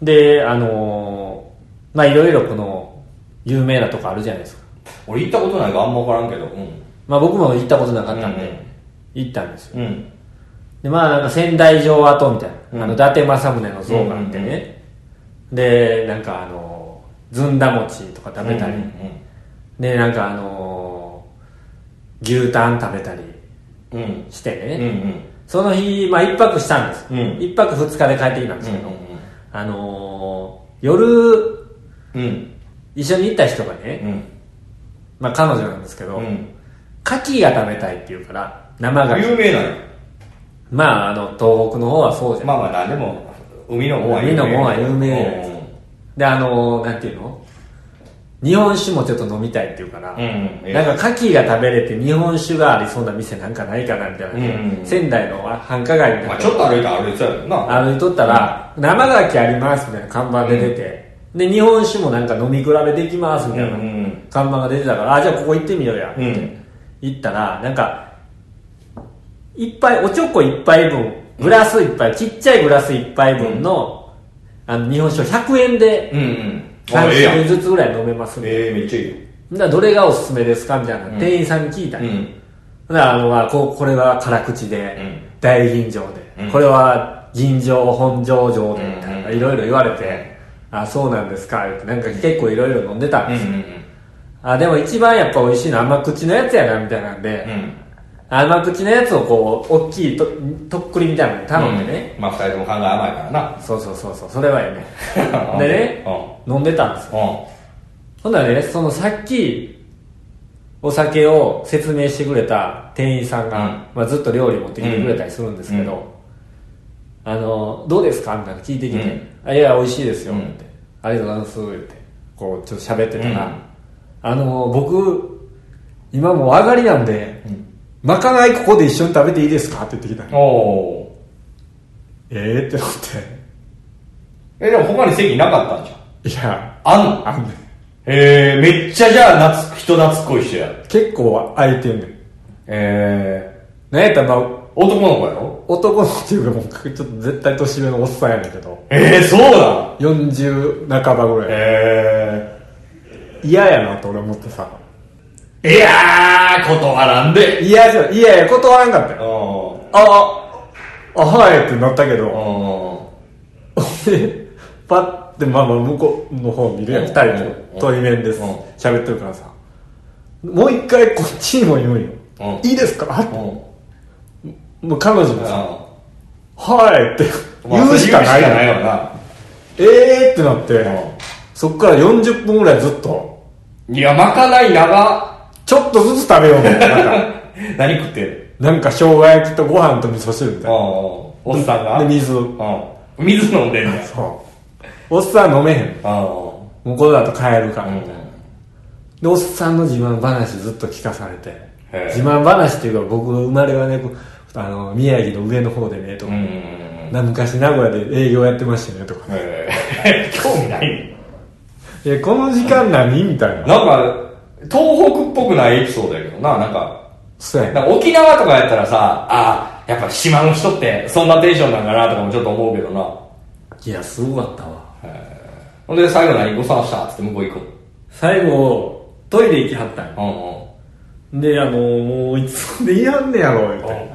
Speaker 3: ん
Speaker 1: であのまあいろいろこの有名なとこあるじゃないですか
Speaker 3: 俺行ったことないからあんま分からんけどうん
Speaker 1: まあ僕も行ったことなかったんで、
Speaker 3: うんうん
Speaker 1: 行ったんですよ
Speaker 3: うん
Speaker 1: でまあなんか仙台城跡みたいな、
Speaker 3: うん
Speaker 1: あの伊達政宗の像があってね、でなんかあのずんだ餅とか食べたり、
Speaker 3: うん
Speaker 1: でなんかあの牛タン食べたり
Speaker 3: うんうん
Speaker 1: してね、
Speaker 3: うんうん
Speaker 1: その日、まあ、一泊したんです、
Speaker 3: うん
Speaker 1: 一泊二日で帰ってきたんですけど、
Speaker 3: うんうんうん
Speaker 1: あのー夜
Speaker 3: うん
Speaker 1: 一緒に行った人がね、
Speaker 3: うん
Speaker 1: まあ、彼女なんですけど、
Speaker 3: うん
Speaker 1: 牡蠣が食べたいって言うから生牡蠣
Speaker 3: 有名なんや
Speaker 1: まああの東北の方はそうじゃん
Speaker 3: まあまあ何でも海のもんは有
Speaker 1: 海
Speaker 3: 名
Speaker 1: のもんは有名やつであのなんていうの日本酒もちょっと飲みたいっていうから、
Speaker 3: うんうん
Speaker 1: なんか牡蠣が食べれて日本酒がありそうな店なんかないかなみたいな、
Speaker 3: うんうん
Speaker 1: 仙台の繁華街みたいな
Speaker 3: まあ、ちょっと歩いたら歩いてたよな
Speaker 1: 歩いとったら「生牡蠣あります」みたいな看板で出て、で日本酒もなんか飲み比べできますみたいな、
Speaker 3: うんうん
Speaker 1: 看板が出てたからあじゃあここ行ってみようや、
Speaker 3: うん
Speaker 1: 行ったらなんか一杯おちょこ一杯分グラス一杯、ちっちゃいグラス一杯分の,、あの日本酒を100円で
Speaker 3: うんうんあ
Speaker 1: 3
Speaker 3: ええやん
Speaker 1: 種類ずつぐらい飲めますんで、
Speaker 3: ええめっちゃいいよ
Speaker 1: だからどれがおすすめですかみたいな、店員さんに聞いた
Speaker 3: う
Speaker 1: り、
Speaker 3: ん
Speaker 1: だからあのまあこうこれは辛口で、
Speaker 3: うん
Speaker 1: 大吟醸で、
Speaker 3: うん
Speaker 1: これは吟醸本醸醸でみたいな
Speaker 3: うん
Speaker 1: いろいろ言われて、あそうなんですか言ってなんか結構いろいろ飲んでたん
Speaker 3: う
Speaker 1: で
Speaker 3: んう
Speaker 1: す、
Speaker 3: ん
Speaker 1: あでも一番やっぱ美味しいのは甘口のやつやなみたいなんで、
Speaker 3: うん
Speaker 1: 甘口のやつをこう大きいととっくりみたいなのに頼んでね、
Speaker 3: うんまあ二人とも考え甘いからな
Speaker 1: そうそうそうそうそれはええねでね
Speaker 3: う
Speaker 1: 飲んでたんですよ
Speaker 3: う
Speaker 1: ほんならねそのさっきお酒を説明してくれた店員さんが、
Speaker 3: うん
Speaker 1: まあ、ずっと料理持ってきてくれたりするんですけど、
Speaker 3: うん
Speaker 1: あのどうですかみたいなの聞いてきて
Speaker 3: うん
Speaker 1: 「あいや美味しいですよ」
Speaker 3: う
Speaker 1: っ
Speaker 3: ん
Speaker 1: て、ありがとうございます」ってこうちょっと喋ってたら、
Speaker 3: うん
Speaker 1: あの僕今もう上がりなんで、まかないここで一緒に食べていいですかって言ってきたの
Speaker 3: んおお
Speaker 1: ええって思っ
Speaker 3: えでも他に席なかったんじゃん
Speaker 1: ていや
Speaker 3: あんの
Speaker 1: あんねん
Speaker 3: ええめっちゃじゃあ夏人懐っこい人や
Speaker 1: 結構空いてんねん
Speaker 3: ええ
Speaker 1: なんやったらまあ
Speaker 3: 男の子やろ
Speaker 1: 男のっていうかもうちょっと絶対年上のおっさんやねんけど
Speaker 3: ええそうだ
Speaker 1: 40半ばぐらい
Speaker 3: え
Speaker 1: 嫌やなと俺思ってさ
Speaker 3: えいやー断らんで
Speaker 1: 嫌じゃいやいや断らんかった
Speaker 3: う
Speaker 1: よ
Speaker 3: ん
Speaker 1: ああはいってなったけど
Speaker 3: うん
Speaker 1: でパッてまあまあ向こうの方見るやん
Speaker 3: う
Speaker 1: 2
Speaker 3: ん
Speaker 1: 人
Speaker 3: うん
Speaker 1: と対面です
Speaker 3: うん
Speaker 1: 喋ってるからさもう一回こっちにも言うんよ
Speaker 3: うん
Speaker 1: いいですか
Speaker 3: う
Speaker 1: っ
Speaker 3: ん
Speaker 1: てもう彼女も
Speaker 3: う
Speaker 1: さ
Speaker 3: ん
Speaker 1: はいって
Speaker 3: まあ
Speaker 1: 言うしかない
Speaker 3: 言
Speaker 1: や
Speaker 3: うしかない
Speaker 1: ん
Speaker 3: よな
Speaker 1: ええってなって
Speaker 3: ん
Speaker 1: そっから40分ぐらいずっと
Speaker 3: いや、まかない長。
Speaker 1: ちょっとずつ食べようみたいな。なんか、
Speaker 3: 何食ってる
Speaker 1: なんか生姜焼きとご飯と味噌汁みたいな。
Speaker 3: おっさんが。
Speaker 1: で、水。
Speaker 3: う
Speaker 1: そ
Speaker 3: ん。水飲んでんねん。
Speaker 1: う。おっさん飲めへん。
Speaker 3: う
Speaker 1: もうこれだと帰るから
Speaker 3: ん。う
Speaker 1: み
Speaker 3: ん
Speaker 1: たいな。で、おっさんの自慢話ずっと聞かされて
Speaker 3: え。
Speaker 1: 自慢話っていうか、僕生まれはね、こあの、宮城の上の方でね、と
Speaker 3: う
Speaker 1: か、
Speaker 3: ん。
Speaker 1: な昔名古屋で営業やってましたね、とか。
Speaker 3: えー興味ない
Speaker 1: え、この時間何みたいな。
Speaker 3: なんか、東北っぽくないエピソードやけどな、なんか。
Speaker 1: そうや
Speaker 3: な
Speaker 1: な。
Speaker 3: んか沖縄とかやったらさ、ああ、やっぱ島の人ってそんなテンションなんかなとかもちょっと思うけどな。
Speaker 1: いや、すごかったわ。
Speaker 3: ほんで最後何ごさんしたっつって向こう行く。
Speaker 1: 最後、トイレ行きはったんよ
Speaker 3: う
Speaker 1: であのもういつでやんねやろみたい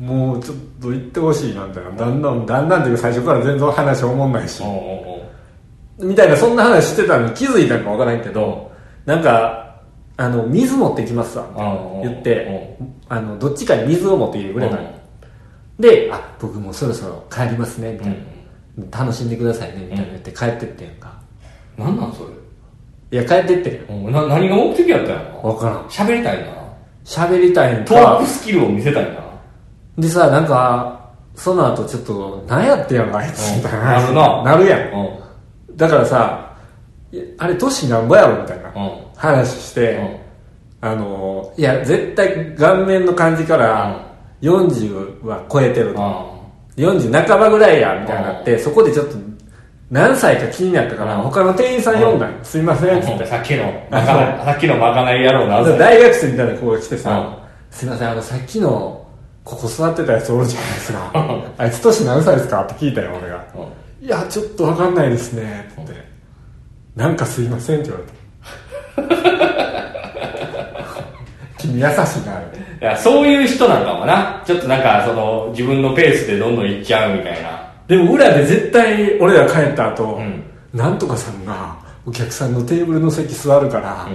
Speaker 1: なもうちょっと言ってほしいなみたいなだんだんだんだんっていうか最初から全然話おもんないし
Speaker 3: うんうんうん
Speaker 1: みたいなそんな話してたのに気づいたのかわからんけどなんかあの水持ってきますわみたいな
Speaker 3: うんうん
Speaker 1: 言ってあのどっちかに水を持ってきてくれたのであ僕もうそろそろ帰りますねみたいな楽しんでくださいねみたいな言って帰ってってんやんか
Speaker 3: なんなんそれ
Speaker 1: いや帰ってってんや
Speaker 3: うんな何が目的やったんやろ
Speaker 1: わからん
Speaker 3: 喋りたいな
Speaker 1: 喋りたいん
Speaker 3: トー
Speaker 1: か
Speaker 3: クスキルを見せたいな
Speaker 1: でさなんかその後ちょっと何やってんやろあいつみたいな
Speaker 3: なるな
Speaker 1: なるや
Speaker 3: うんん
Speaker 1: だからさいやあれ年なんぼやろみたいな
Speaker 3: うん
Speaker 1: 話して、
Speaker 3: うん
Speaker 1: あのいや絶対顔面の感じから40は超えてると、40半ばぐらいやみたいになって、そこでちょっと何歳か気になったから、
Speaker 3: うん
Speaker 1: 他の店員さん呼んだん、すいませんっつって、
Speaker 3: うんさっきのまかないさっきのまかない野郎なぜ
Speaker 1: 大学生みたいな子が来てさ、すいませんあのさっきのここ座ってたやつおるじゃないですかあいつ年何歳ですかって聞いたよ俺が
Speaker 3: う
Speaker 1: いやちょっと分かんないですねって言ってなんかすいませんって言われ た君優しいなあれ
Speaker 3: んいやそういう人なんかもなちょっとなんかその自分のペースでどんどん行っちゃうみたいな
Speaker 1: でも裏で絶対俺ら帰った後、
Speaker 3: ん
Speaker 1: なんとかさんがお客さんのテーブルの席座るから、
Speaker 3: ん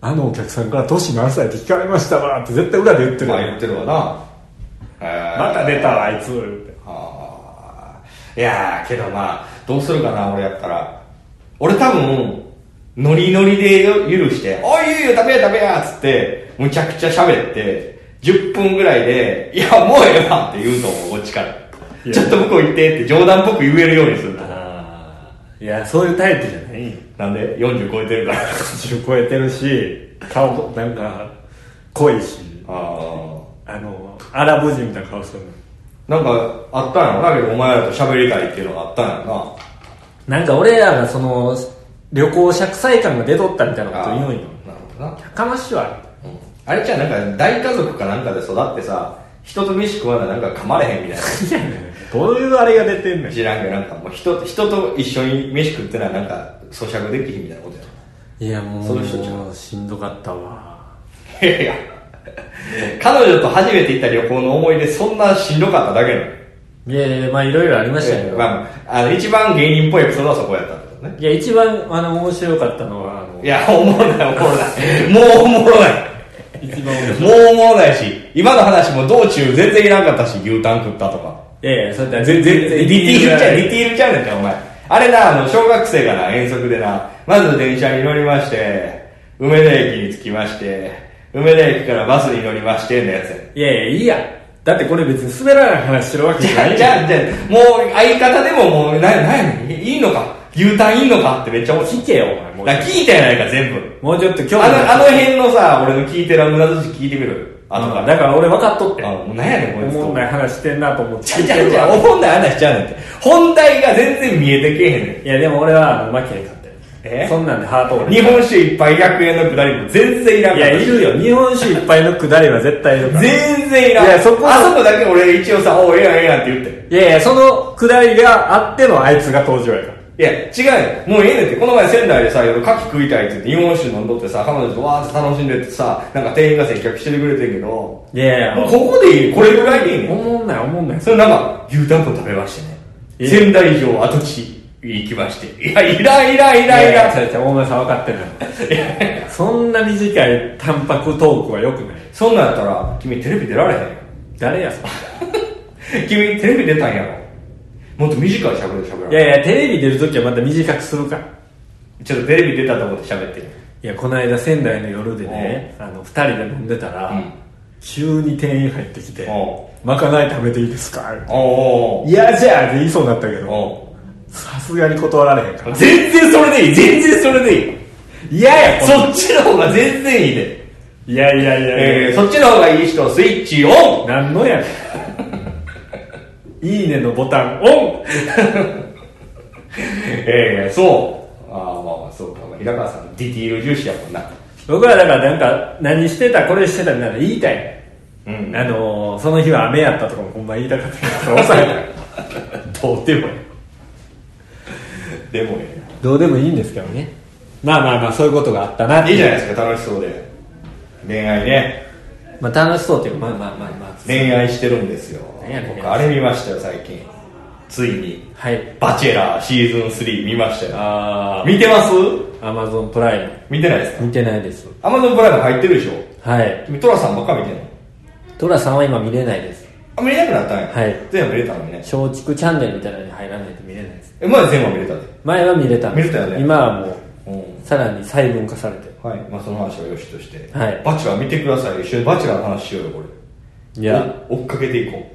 Speaker 1: あのお客さんから「年何歳?」って聞かれましたわって絶対裏で言ってる、
Speaker 3: まあ言ってるわなえー
Speaker 1: また出たわあいつ言って
Speaker 3: あーいやーけどまあどうするかな俺やったら俺多分ノリノリで許して「おいいいよ食べや食べや」っつってむちゃくちゃ喋って10分ぐらいで「いやもうええわ」って言うと思うこっちから
Speaker 1: いや
Speaker 3: ちょっと向こう行ってって冗談っぽく言えるようにすると思う
Speaker 1: いやそういうタイプじゃない
Speaker 3: なんで40超えてるから
Speaker 1: 50超えてるし顔もなんか濃いし
Speaker 3: あ
Speaker 1: あのアラブ人みたいな顔するの
Speaker 3: あなんかあったんやろなけどお前らと喋りたいっていうのがあったんやろ
Speaker 1: なんか俺らがその旅行者臭い感が出とったみたいな
Speaker 3: な
Speaker 1: こと言うんよ
Speaker 3: なるほどな
Speaker 1: やかましいわ
Speaker 3: うんあれじゃあなんか大家族かなんかで育ってさ人と飯食わななんか噛まれへんみたい
Speaker 1: いやねどういうあれが出てんね
Speaker 3: なん知らんけどなんかもう人人と一緒に飯食ってななんか咀嚼できひんみたいなことや
Speaker 1: いやもう
Speaker 3: その人ちゃ
Speaker 1: しんどかったわ
Speaker 3: ろいやいや彼女と初めて行った旅行の思い出そんなしんどかっただけなの
Speaker 1: いやいやまあいろいろありましたけど、
Speaker 3: まあ、あの一番芸人っぽいエピソードはそこやったってことね
Speaker 1: いや一番あの面白かったのはあの
Speaker 3: いやおもろないおもろないもうおもろない
Speaker 1: 一番面白い
Speaker 3: もうおもろないし今の話も道中全然いらんかったし牛タン食ったとか
Speaker 1: いやいやそれだ
Speaker 3: 全然、ディティールちゃう、ディ
Speaker 1: ィ
Speaker 3: ティールちゃうねんか、お前。あれな、あの、小学生がな、遠足でな、まず電車に乗りまして、梅田駅に着きまして、梅田駅からバスに乗りまして、のやつや
Speaker 1: いやいやいいやだってこれ別に滑らない話してるわけじゃない
Speaker 3: じゃあ、じゃあ、もう、相方でももう、な、なやねん、いいのか、牛タンいいのかってめっちゃ思って
Speaker 1: 聞けよお前もう
Speaker 3: だから聞いたやないか、全部。
Speaker 1: もうちょっと
Speaker 3: あ
Speaker 1: 興味
Speaker 3: の、あの辺のさ、俺の聞いてるあの無駄寿司聞いてみろよ。あと
Speaker 1: あ
Speaker 3: か
Speaker 1: の
Speaker 3: ら。
Speaker 1: だから俺分かっとって
Speaker 3: あ、もうなんやねん、こいつと。
Speaker 1: おもんない話してんなと思って
Speaker 3: じゃあじゃあじゃあ、おもんない話しちゃうねんって。本題が全然見えてけえへんねん。
Speaker 1: いやでも俺はあのマキアに勝ってる
Speaker 3: え
Speaker 1: そんなんでハート折れ
Speaker 3: 日本酒いっぱい100円のくだりも全然いらん
Speaker 1: い
Speaker 3: かった
Speaker 1: やいるよ日本酒いっぱいのくだりは絶対いるから
Speaker 3: 全然いらん
Speaker 1: いやそこは
Speaker 3: あそこだけ俺一応さ「おうええやんええやん」って言って
Speaker 1: いやいやそのくだりがあってのあいつが登場やから
Speaker 3: いや違うよもうええねんってこの前仙台でさ夜牡蠣食いたいって言って日本酒飲んどってさ彼女とわーって楽しんでってさなんか店員が接客しててくれてんけども
Speaker 1: いや
Speaker 3: うここでいいこれぐらいでい
Speaker 1: お
Speaker 3: いねん
Speaker 1: もんないおもんない
Speaker 3: それなんか牛タンポン食べまして
Speaker 1: え
Speaker 3: ね仙台城跡地行きましていやいらんいらんいらんいらん
Speaker 1: ちゃちゃ大前さん分かってないそんな短い淡白トークはよくない
Speaker 3: そんなんやったら君テレビ出られへんよ
Speaker 1: 誰やそれ
Speaker 3: 君テレビ出たんやろもっと短いしゃべるしゃべる
Speaker 1: いやいやテレビ出るときはまた短くするから
Speaker 3: ちょっとテレビ出たと思って喋ってる
Speaker 1: いやこの間仙台の夜でねあの2人で飲んでたら、
Speaker 3: うん
Speaker 1: 急に店員入ってきて
Speaker 3: お
Speaker 1: 「まかない食べていいですか?」
Speaker 3: お
Speaker 1: いやじゃあって言いそうになったけ
Speaker 3: お
Speaker 1: ど
Speaker 3: お
Speaker 1: さすがに断られへんから
Speaker 3: 全然それでいい全然それ でいい
Speaker 1: いやいや
Speaker 3: そっちの方が全然いいで、
Speaker 1: いやいやいやいや、
Speaker 3: えー、そっちの方がいい人スイッチオン
Speaker 1: なんのやね んいいねのボタンオン
Speaker 3: ええそうああまあまあそうか、まあ、平川さんディティール重視やもんな
Speaker 1: 僕はだからなんか何してたこれしてたみたいなの言いたい、
Speaker 3: うん
Speaker 1: あのーその日は雨やったとかもほんま言いたかったから抑え たどうでもいい
Speaker 3: でもえ
Speaker 1: どうでもいいんですけどねまあまあまあそういうことがあったな
Speaker 3: えいいじゃないですか楽しそうで恋愛ね
Speaker 1: まあ楽しそうっていうかまあまあまあまあ
Speaker 3: 恋愛してるんですよ
Speaker 1: 何やねん
Speaker 3: 僕あれ見ましたよ最近ついに
Speaker 1: はい
Speaker 3: 「バチェラーシーズン3」見ましたよ
Speaker 1: あ
Speaker 3: 見てます
Speaker 1: アマゾンプライ
Speaker 3: 見てないですか
Speaker 1: ム見てないです
Speaker 3: アマゾンプライム入ってるでしょ
Speaker 1: はい
Speaker 3: 君トラさんばっか見てんの
Speaker 1: トラさんは今見れないです
Speaker 3: あ見れなくなったんや
Speaker 1: はい
Speaker 3: 全部見れたのね
Speaker 1: 松竹チャンネルみたいなのに入らないと見れないです
Speaker 3: え前全部見れたで
Speaker 1: 前は見れたんです
Speaker 3: 見れたよね
Speaker 1: 今はも
Speaker 3: うん
Speaker 1: うさらに細分化されて
Speaker 3: はいまあその話はよしとして、
Speaker 1: はい
Speaker 3: バチェラー見てください一緒にバチェラーの話しようよこれ
Speaker 1: いや
Speaker 3: お追っかけていこ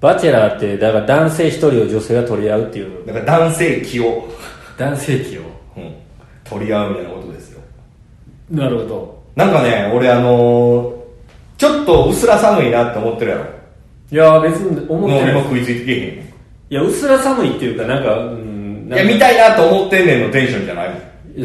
Speaker 1: バチェラーってだから男性一人を女性が取り合うっていう
Speaker 3: うだから男性器を、
Speaker 1: 男性器を
Speaker 3: うん、取り合うみたいなことですよ
Speaker 1: なるほど
Speaker 3: なんかね俺あのーちょっとうすら寒いなって思ってるやろ
Speaker 1: いや別に思って
Speaker 3: 俺
Speaker 1: な
Speaker 3: も
Speaker 1: い
Speaker 3: 食いついてけへん
Speaker 1: いやうっすら寒いっていうかなんかうん
Speaker 3: いや、見
Speaker 1: い
Speaker 3: たいなと思ってんねんのテンションじゃないもん。
Speaker 1: や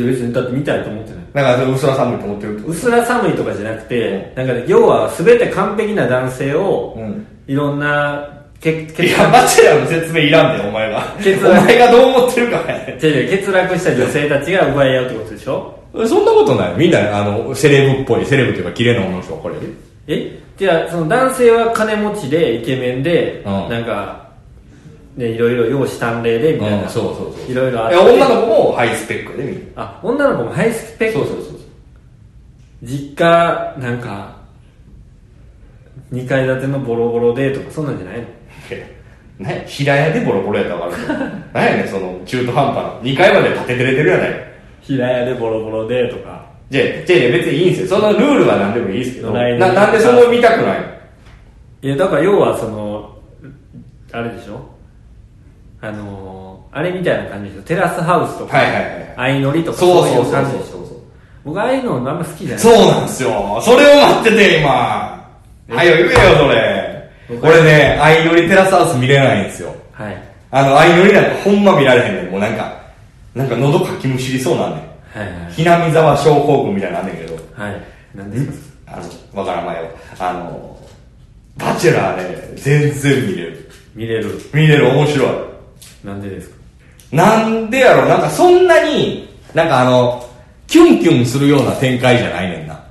Speaker 1: 別にだって見たいと思ってないう
Speaker 3: なんか、うすら寒いと思ってるってこ
Speaker 1: うすら寒いとかじゃなくて、なんかね、要は全て完璧な男性を、
Speaker 3: うん
Speaker 1: いろんなけ
Speaker 3: と。
Speaker 1: 欠
Speaker 3: いや、バチェラーの説明いらんで、お前が。
Speaker 1: 結論
Speaker 3: お前がどう思ってるかやね
Speaker 1: 違う違う欠落した女性たちが奪い合うってことでしょ
Speaker 3: ん。そんなことない。みんな、あの、セレブっぽい、セレブというか、綺麗な女の人がこれ。
Speaker 1: えじゃあその男性は金持ちでイケメンで、
Speaker 3: うん
Speaker 1: なんか、ね、いろいろ容姿端麗でみたいな、
Speaker 3: うんそうそうそう
Speaker 1: いろいろあっ
Speaker 3: い
Speaker 1: て
Speaker 3: や、女の子もハイスペックで、みんな。
Speaker 1: あ女の子もハイスペック
Speaker 3: そうそうそう そう。
Speaker 1: 実家なんか2階建てのボロボロでとかそんなんじゃないの
Speaker 3: 何や平屋でボロボロやったらわかるけど何やねんその中途半端な2階まで建ててれてるやない
Speaker 1: 平屋でボロボロでとか
Speaker 3: じゃあじゃあ別にいいんですよそのルールは何でもいいですけど
Speaker 1: 野良犬
Speaker 3: ななんでその見たくないの
Speaker 1: いやだから要はそのあれでしょあのーあれみたいな感じでしょテラスハウスとか
Speaker 3: はいはいはい
Speaker 1: 相乗りとか
Speaker 3: そう
Speaker 1: い
Speaker 3: そうそう
Speaker 1: 感じでし
Speaker 3: そう
Speaker 1: ょ
Speaker 3: そう
Speaker 1: 僕ああいうのあんま好きじゃない
Speaker 3: そうなんですよそれを待ってて今はよ言えよそれ
Speaker 1: 僕
Speaker 3: 俺ね相乗りテラスハウス見れないんですよ
Speaker 1: はいはい
Speaker 3: あの相乗りなんかほんま見られへんねんもうなんかなんか喉かきむしりそうなんねん
Speaker 1: はい
Speaker 3: ひなみざわ症候群みたいになんねんけど
Speaker 1: はい何ですか
Speaker 3: あのわからん前はあのバチェラーね全然見れる
Speaker 1: 見れる
Speaker 3: 見れる面白い
Speaker 1: なんでですか
Speaker 3: なんでやろなんかそんなに、なんかあの、キュンキュンするような展開じゃないねんな。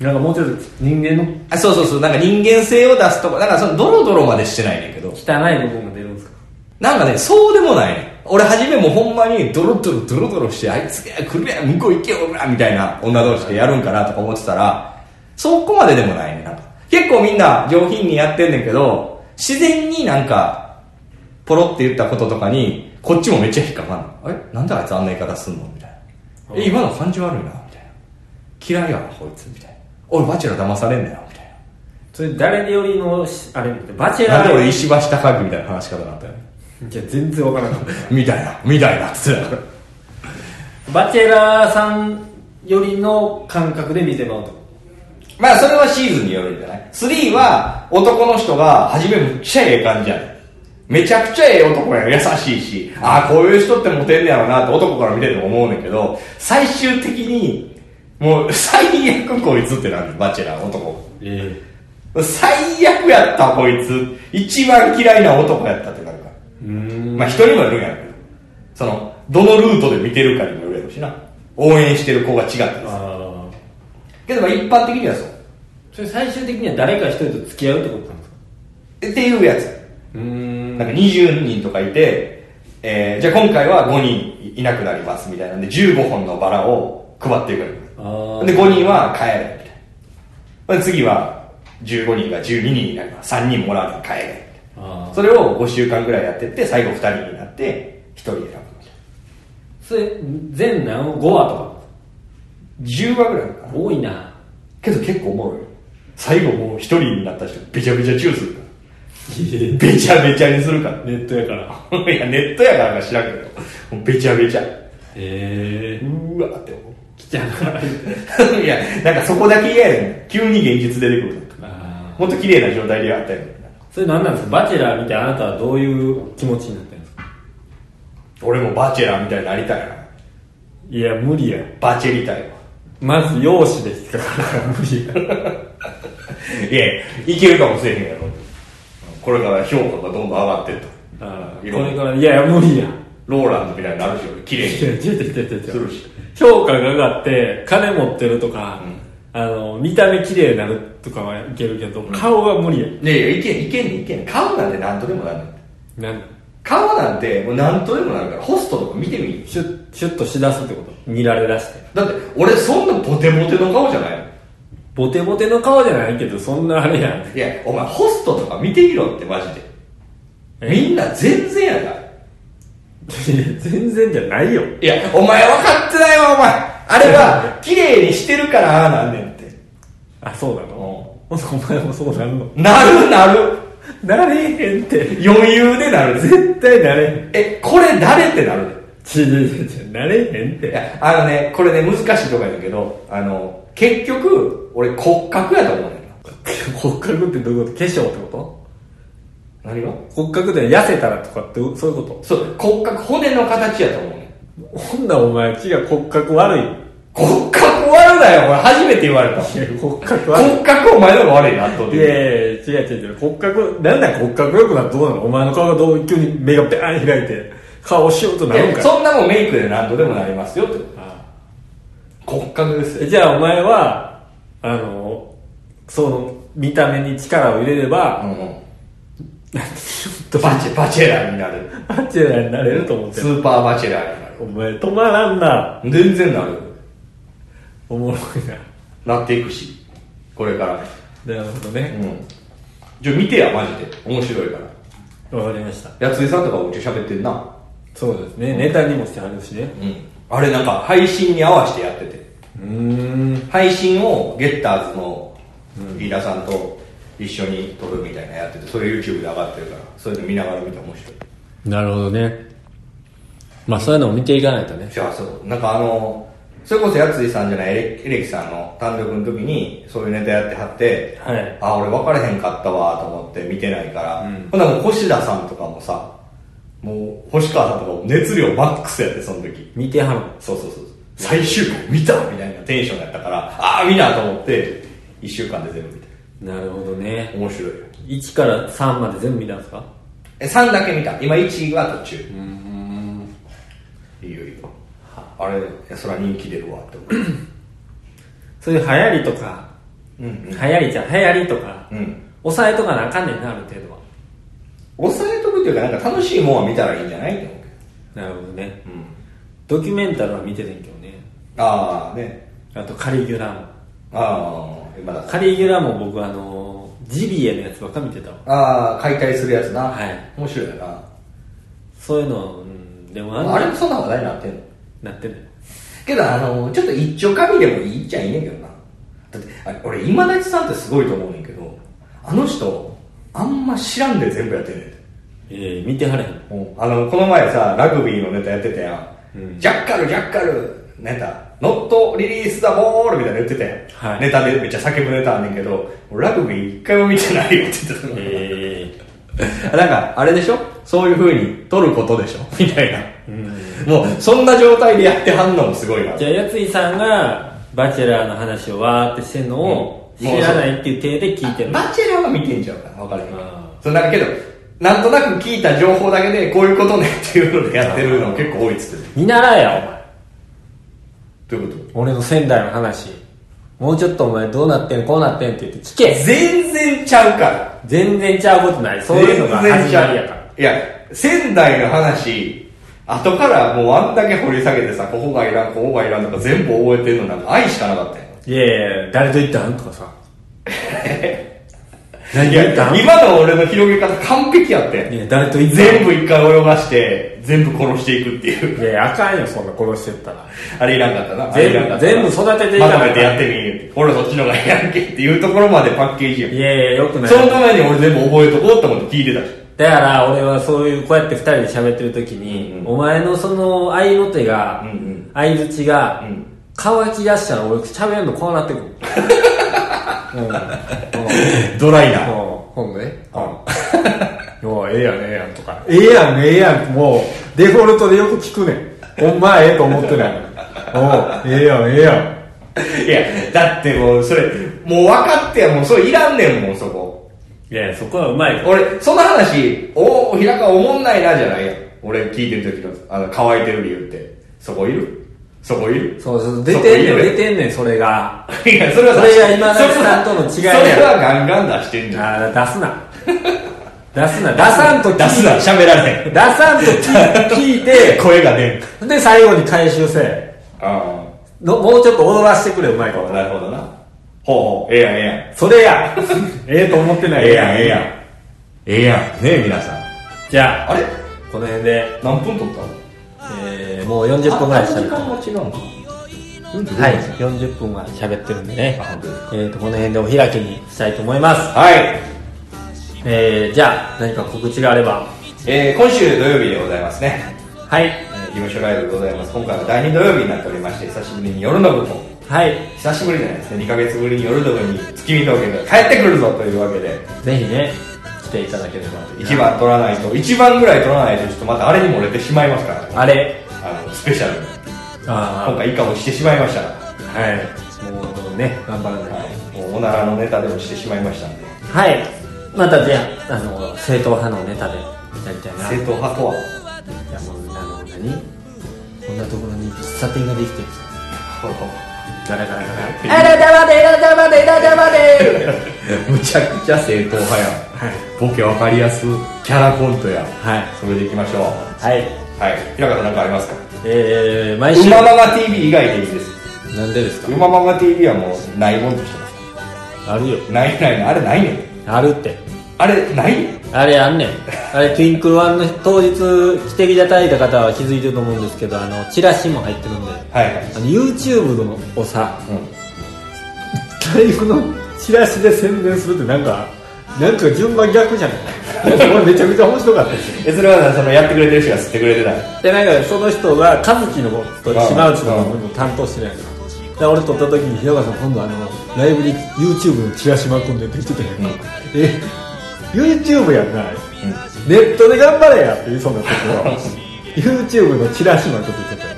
Speaker 1: なんかもうちょっと人間の
Speaker 3: あそうそうそう、なんか人間性を出すとか、なんかそのドロドロまでしてないねんけど、
Speaker 1: 汚い部分が出るんですか
Speaker 3: なんかね、そうでもないねん。俺初めもうほんまにドロドロドロドロして、あいつが来るや、向こう行けよ、おらみたいな女同士でやるんかなとか思ってたら、そこまででもないねんなんか。結構みんな上品にやってんねんけど、自然になんか、ポロって言ったこととかに、こっちもめっちゃ引っかかんの。えなんであいつあんな言い方すんのみたいな。え、今の感じ悪いな、みたいな。嫌いやな、こいつ、みたいな。俺バチェラー騙されんだよ、みたい
Speaker 1: それ誰よりのしあれみたいなバチェ
Speaker 3: な。な
Speaker 1: ラ
Speaker 3: んで俺
Speaker 1: ー
Speaker 3: 石橋貴明みたいな話し方だったよね。
Speaker 1: じゃ全然わからなかった
Speaker 3: みたいな、みたいな、つって。
Speaker 1: バチェラーさんよりの感覚で見てまうと
Speaker 3: まあそれはシーズンによるんじゃない ?3 は男の人が初めむっちゃええ感じやねん。めちゃくちゃええ男やん優しいし、ああ、こういう人ってモテんねやろなって男から見てて思うねんけど、最終的に、もう最悪こいつってなるバチェラー男。
Speaker 1: ええ
Speaker 3: 最悪やったこいつ。一番嫌いな男やったってなるから。まあ一人もいるんやろうけど。その、どのルートで見てるかにもよるやろうしな。応援してる子が違ったりする
Speaker 1: ああ
Speaker 3: けどまあ一般的にはそう。
Speaker 1: それ最終的には誰か一人と付き合うってことなんですか
Speaker 3: っていうやつ。
Speaker 1: うーん
Speaker 3: なんか20人とかいて、えーじゃあ今回は5人いなくなりますみたいなんで、15本のバラを配っていく
Speaker 1: あ
Speaker 3: の
Speaker 1: ー
Speaker 3: で、5人は帰れみたいな。で次は15人が12人になります。3人もらうの帰れみたい
Speaker 1: あ
Speaker 3: な。
Speaker 1: あ
Speaker 3: それを5週間ぐらいやってって、最後2人になって、1人選ぶみたいな。
Speaker 1: それ全何5話とか
Speaker 3: 10話ぐらいかな。
Speaker 1: 多いな
Speaker 3: けど結構おもろいよ。最後もう1人になった人、べちゃべちゃチューするから。
Speaker 1: ネ
Speaker 3: べちゃべちゃにするから。
Speaker 1: ットやから
Speaker 3: いや、ネットやからか知らんけど、もうべちゃべちゃ。
Speaker 1: へ
Speaker 3: う
Speaker 1: え
Speaker 3: ーわーって思う。
Speaker 1: きちゃない
Speaker 3: いや、なんかそこだけ嫌やねん。急に現実出てくる。
Speaker 1: ああ
Speaker 3: もっと綺麗な状態であったよ。
Speaker 1: それ何なんですかバチェラー見てあなたはどういう気持ちになってるんですか
Speaker 3: 俺もバチェラーみたいになりたいな。
Speaker 1: いや無理や
Speaker 3: バチェリたいわ。
Speaker 1: まず容姿で引っかかるから無理や
Speaker 3: いや、いけるかもしれへんやろ。これから評価がどんどん上がってると。
Speaker 1: ああこ
Speaker 3: いろいろ
Speaker 1: れからいやいや無理や
Speaker 3: ローランドみたいになるし、綺麗
Speaker 1: い
Speaker 3: に
Speaker 1: や違う違う違う違う
Speaker 3: するし。
Speaker 1: 評価が上がって金持ってるとか、あの見た目綺麗になるとかはいけるけど、顔が無理や
Speaker 3: いやいや、いけん、いけん、いけん。顔なんて何とでもなるの。
Speaker 1: なんなん
Speaker 3: 顔なんてもう何とでもなるから、ホストとか見てみ。
Speaker 1: シュッシュッとしだすってこと見られだして
Speaker 3: だって、俺そんなボテボテの顔じゃないの
Speaker 1: ボテボテの顔じゃないけどそんなあれやん
Speaker 3: いや、お前ホストとか見てみろって、マジで。
Speaker 1: え
Speaker 3: みんな全然やから。
Speaker 1: いや全然じゃないよ
Speaker 3: いや、お前分かってないわ、お前。あれ は、綺麗にしてるから、ああなんねんって。
Speaker 1: あそうなのほんとお前もそうなるの
Speaker 3: なるなる。
Speaker 1: なれへんって
Speaker 3: 余裕でなるで。
Speaker 1: 絶対なれへん
Speaker 3: え、これ誰ってなるで。
Speaker 1: ちちちちなれへんっ
Speaker 3: い
Speaker 1: て
Speaker 3: や、あのね、これね、難しいとこやねんけど、あの、結局、俺骨格やと思うねんな。
Speaker 1: 骨格ってどういうこと化粧ってこ
Speaker 3: 何が
Speaker 1: と骨格って痩せたらとかってそういうこ
Speaker 3: そう、骨格、骨の形やと思うね
Speaker 1: と
Speaker 3: ん。
Speaker 1: ほんならお前違う骨格悪い
Speaker 3: 骨格悪だよ、俺初めて言われた。
Speaker 1: いや骨格悪い
Speaker 3: 骨格お前の方が悪いな、と思っ
Speaker 1: いやいやいや違う違う違う骨格なんだ骨格良くなってどうなのお前の顔がどう急に目がビャーン開いて顔シュッとないるん
Speaker 3: や
Speaker 1: かい
Speaker 3: そんなもんメイクで何度でもなりますよって
Speaker 1: あ
Speaker 3: 骨格です
Speaker 1: あ
Speaker 3: よ
Speaker 1: じゃあお前はあのその見た目に力を入れれ
Speaker 3: あ
Speaker 1: ば、
Speaker 3: の
Speaker 1: ちょっとバ
Speaker 3: バチェバチェラーになる
Speaker 1: チェラーになれると思って
Speaker 3: ス
Speaker 1: る
Speaker 3: ーパーバチェラーになる
Speaker 1: お前止まらんな
Speaker 3: 全然なる
Speaker 1: おもろいな
Speaker 3: なっていくしこれから
Speaker 1: なるほど
Speaker 3: う
Speaker 1: ね
Speaker 3: んじゃあ見てやマジで面白いから
Speaker 1: わかりました
Speaker 3: やついさんとかうち喋ってんな
Speaker 1: そうですねネタにもしてはるしね
Speaker 3: うんあれなんか配信に合わせてやってて
Speaker 1: うーん
Speaker 3: 配信をゲッターズの飯田さんと一緒に撮るみたいなやっててそれ YouTube で上がってるからそれで見ながら見て面白い
Speaker 1: なるほどねまあそういうのを見ていかないとね
Speaker 3: じゃあそうなんかあのそれこそやついさんじゃないエレエレキさんの単独の時にそういうネタやってはって、
Speaker 1: はい
Speaker 3: あ俺分からへんかったわと思って見てないから、ほんならもう星田さんとかもさもう星川さんとかも熱量マックスやってその時
Speaker 1: 見てはる
Speaker 3: そうそうそう最終回見たみたいなテンションやったからああ見なと思って1週間で全部見た
Speaker 1: なるほどね
Speaker 3: 面白いよ
Speaker 1: 1から3まで全部見たんですか
Speaker 3: え3だけ見た今1は途中いいよいいよあれいやそりゃ人気出るわって思う
Speaker 1: そういう流行りとか、
Speaker 3: うん
Speaker 1: 流行りじゃん流行りとか、
Speaker 3: うん
Speaker 1: 抑えとかなあかんねんなある程度は
Speaker 3: 抑えとくっていうか、なんか楽しいもんは見たらいいんじゃないって思うけ
Speaker 1: なるほどね
Speaker 3: ど。うん。
Speaker 1: ドキュメンタルは見ててんけどね
Speaker 3: ああ、ね。
Speaker 1: あとカリギュラも
Speaker 3: ああ、今だ。
Speaker 1: カリギュラも僕あのジビエのやつばっか見てたわ
Speaker 3: ああ、解体するやつな。
Speaker 1: はい。
Speaker 3: 面白いよな。
Speaker 1: そういうの、うん、でもあん
Speaker 3: あれ
Speaker 1: な
Speaker 3: もそんな話題になってんの
Speaker 1: なってんの
Speaker 3: けど、あの、ちょっと一丁紙でもいいっちゃいいねんけどな。だって、あれ俺、今立さんってすごいと思うねんけど、あの人、あんま知らんで全部やってんねんて。
Speaker 1: ええ見てはれへん
Speaker 3: うんあの、この前さ、ラグビーのネタやってたやん。ジャッカル、ジャッカル、ネタ。ノットリリースだボールみたいなの言ってたやん。
Speaker 1: はい
Speaker 3: ネタでめっちゃ叫ぶネタあんねんけど、俺ラグビー一回も見てないよって言ってたの。
Speaker 1: ええ
Speaker 3: なんか、あれでしょそういう風に取ることでしょ みたいな。もう、そんな状態でやってはんのもすごいな。
Speaker 1: じゃあやついさんがバチェラーの話をわーってしてんのを
Speaker 3: うん
Speaker 1: 知
Speaker 3: もうそ
Speaker 1: ら
Speaker 3: う
Speaker 1: ないっていう体で聞いてる、
Speaker 3: バチェラーは見てんちゃうかなわかるけど
Speaker 1: あ。
Speaker 3: そのなんかけど、なんとなく聞いた情報だけで、こういうことねっていうのでやってるの結構多いっつってる。
Speaker 1: 見習えやお前
Speaker 3: どういうこと
Speaker 1: 俺の仙台の話もうちょっとお前どうなってんこうなってんって言って聞け
Speaker 3: 全然ちゃうから。
Speaker 1: 全然ちゃうことないそういうのが始まりやから
Speaker 3: いや、仙台の話、後からもうあんだけ掘り下げてさ、ここがいらん、ここがいらんとか全部覚えてるのなんか愛しかなかったよ。
Speaker 1: いやいや誰と行ったんとか さ何
Speaker 3: い
Speaker 1: 言った
Speaker 3: や、
Speaker 1: んい
Speaker 3: 今の俺の広げ方完璧やってん。
Speaker 1: や誰と行ったん
Speaker 3: 全部一回泳がして、全部殺していくってい
Speaker 1: い
Speaker 3: う。
Speaker 1: やいやあかんよそんな殺してったら
Speaker 3: あれいらんかったな。
Speaker 1: 全部
Speaker 3: あれいらんかったな
Speaker 1: 全部育てていか
Speaker 3: ま
Speaker 1: な
Speaker 3: とめてやってみる。俺そっちの方がいらんけっていうところまでパッケージや
Speaker 1: いやいやよくない
Speaker 3: そのために俺全部覚えとこうと思って聞いてたし。
Speaker 1: だから俺はそういうこうやって二人で喋ってる時に、
Speaker 3: うんうん
Speaker 1: お前のその合いの手が
Speaker 3: うんうん
Speaker 1: 相づちが、
Speaker 3: うん
Speaker 1: 乾き出したら俺喋るのこうな ってくるうんうん
Speaker 3: ドライな。
Speaker 1: 今度ね。もうええやん、ええやんとか。ええやん、ええやん、もう、デフォルトでよく聞くねん。ほんまはええと思ってない。おうええやん、ええやん。
Speaker 3: いや、だってもうそれ、もう分かってや、もうそれいらんねんもん、そこ。
Speaker 1: いや、そこはうまい。
Speaker 3: 俺、その話、おお、平川おもんないな、じゃないやん。俺聞いてる時の、あの、乾いてる理由って。そこいるそこいる
Speaker 1: そうそう、出てんねん、
Speaker 3: そこい
Speaker 1: 出
Speaker 3: る
Speaker 1: てんねん、それが。あ
Speaker 3: いや、それは
Speaker 1: それが今田さんとの違いだよ
Speaker 3: それはガンガン出してんじゃん。
Speaker 1: ー出すな。出 すな、出さんと聞いて。
Speaker 3: 出すな、喋られ
Speaker 1: 出さんと聞い聞い
Speaker 3: へん。
Speaker 1: て、
Speaker 3: 声が出ん。
Speaker 1: で、最後に回収せえ
Speaker 3: あ
Speaker 1: のもうちょっと踊らせてくれ、うまいこ
Speaker 3: あ、
Speaker 1: と。
Speaker 3: なるほどな。ほうほう、ええやん、ええやん。
Speaker 1: それや。 ええと思ってない。
Speaker 3: ええやん、ええやん。ええやん。ねえ、皆さん。
Speaker 1: じゃあ、
Speaker 3: あれ
Speaker 1: この辺で、
Speaker 3: 何分取ったの
Speaker 1: えー、もう40分ぐらい喋って
Speaker 3: は違うのか。
Speaker 1: はい、40分は喋ってるんでね
Speaker 3: あ本当です。
Speaker 1: えーと、この辺でお開きにしたいと思います。
Speaker 3: はい。
Speaker 1: えー、じゃあ、何か告知があれば。
Speaker 3: えー、今週土曜日でございますね。
Speaker 1: はい。
Speaker 3: えー事務所ライブでございます。今回は第2土曜日になっておりまして、久しぶりに夜の部も、
Speaker 1: はい。
Speaker 3: 久しぶりじゃないですね、2ヶ月ぶりに夜の部に月見峠が帰ってくるぞというわけで、
Speaker 1: ぜひね、来ていただければ。
Speaker 3: 1番取らないと、1番ぐらい取らないと、ちょっとまたあれにもれてしまいますからね、
Speaker 1: あれ。
Speaker 3: あの、スペシャルに。今
Speaker 1: あ
Speaker 3: 回以下もしてしまいましたが、
Speaker 1: あ、はい。もうね、頑張らない
Speaker 3: はい。もうおならのネタでもしてしまいましたんで、
Speaker 1: と。はい。またじゃあ、あの、正統派のネタでやりたいな。
Speaker 3: 正
Speaker 1: い
Speaker 3: 統派 とは、
Speaker 1: や、もう、あの、何こんなところに喫茶店ができてる。ガラガラガラ。
Speaker 2: あらだまでらだまでらだまで
Speaker 3: むちゃくちゃ正統派やん
Speaker 1: はい。
Speaker 3: ボケわかりやすキャラコントや
Speaker 1: はい。
Speaker 3: それでいきましょう
Speaker 1: はい。
Speaker 3: はい平川さん何かありますか
Speaker 1: えー、毎
Speaker 3: う
Speaker 1: 週。
Speaker 3: まママ TV 以外でいいです
Speaker 1: なんでですか
Speaker 3: うまママ TV はもうないもんとしてます
Speaker 1: あるよ。
Speaker 3: ないないないあれないねん
Speaker 1: あるって。
Speaker 3: あれないねん
Speaker 1: あれあんねん。あれ、トゥインクルワンの当日来ていただいた方は気づいてると思うんですけど、あの、チラシも入ってるんで、
Speaker 3: はいはい
Speaker 1: あの、YouTube のをさ、
Speaker 3: う
Speaker 1: ライブのチラシで宣伝するってなんか、なんか順番逆じゃない なんか俺めちゃくちゃ面白かったですよ。
Speaker 3: んえそれはそのやってくれてる人が吸ってくれてない
Speaker 1: で、なんかその人が、和樹のこと島内の部分を担当してないから。で俺撮った時に平川さん今度あのライブに YouTube のチラシ巻き込んで出てきてたやんか、
Speaker 3: うん
Speaker 1: え YouTube やんなあれネットで頑張れやって言いそうになったけど YouTube のチラシのこと言ってたよ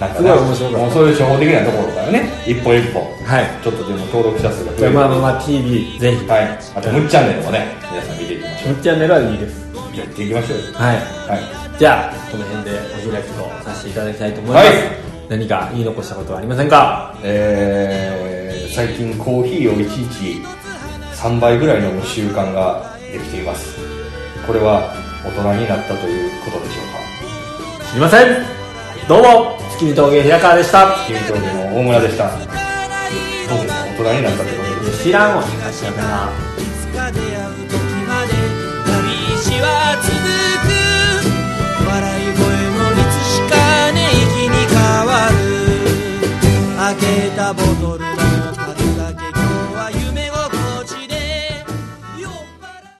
Speaker 3: なんか
Speaker 1: すごい面白かった
Speaker 3: もうそういう初歩的なところからね一歩一歩
Speaker 1: はい
Speaker 3: ちょっとでも登録者数が
Speaker 1: じゃ
Speaker 3: 増え
Speaker 1: あ
Speaker 3: る
Speaker 1: まあ
Speaker 3: は
Speaker 1: まあまあ TV ぜひ
Speaker 3: いあとむっちゃんねルもね皆さん見ていきましょ
Speaker 1: むっちゃん狙はいいです
Speaker 3: うやっていきましょうよ
Speaker 1: はい
Speaker 3: はい
Speaker 1: じゃあこの辺でお開きとさせていただきたいと思います、
Speaker 3: はい
Speaker 1: 何か言い残したことはありませんか
Speaker 3: えー最近コーヒーをいちいち3倍ぐらい飲む習慣ができていますこれは大人になったということでしょう
Speaker 1: すみませんどうも月見峠平川でした
Speaker 3: か君との大村でしたどうですか大人になったってことです
Speaker 1: 啊知らんわ知らんわ
Speaker 4: いつか出会う時まで旅石は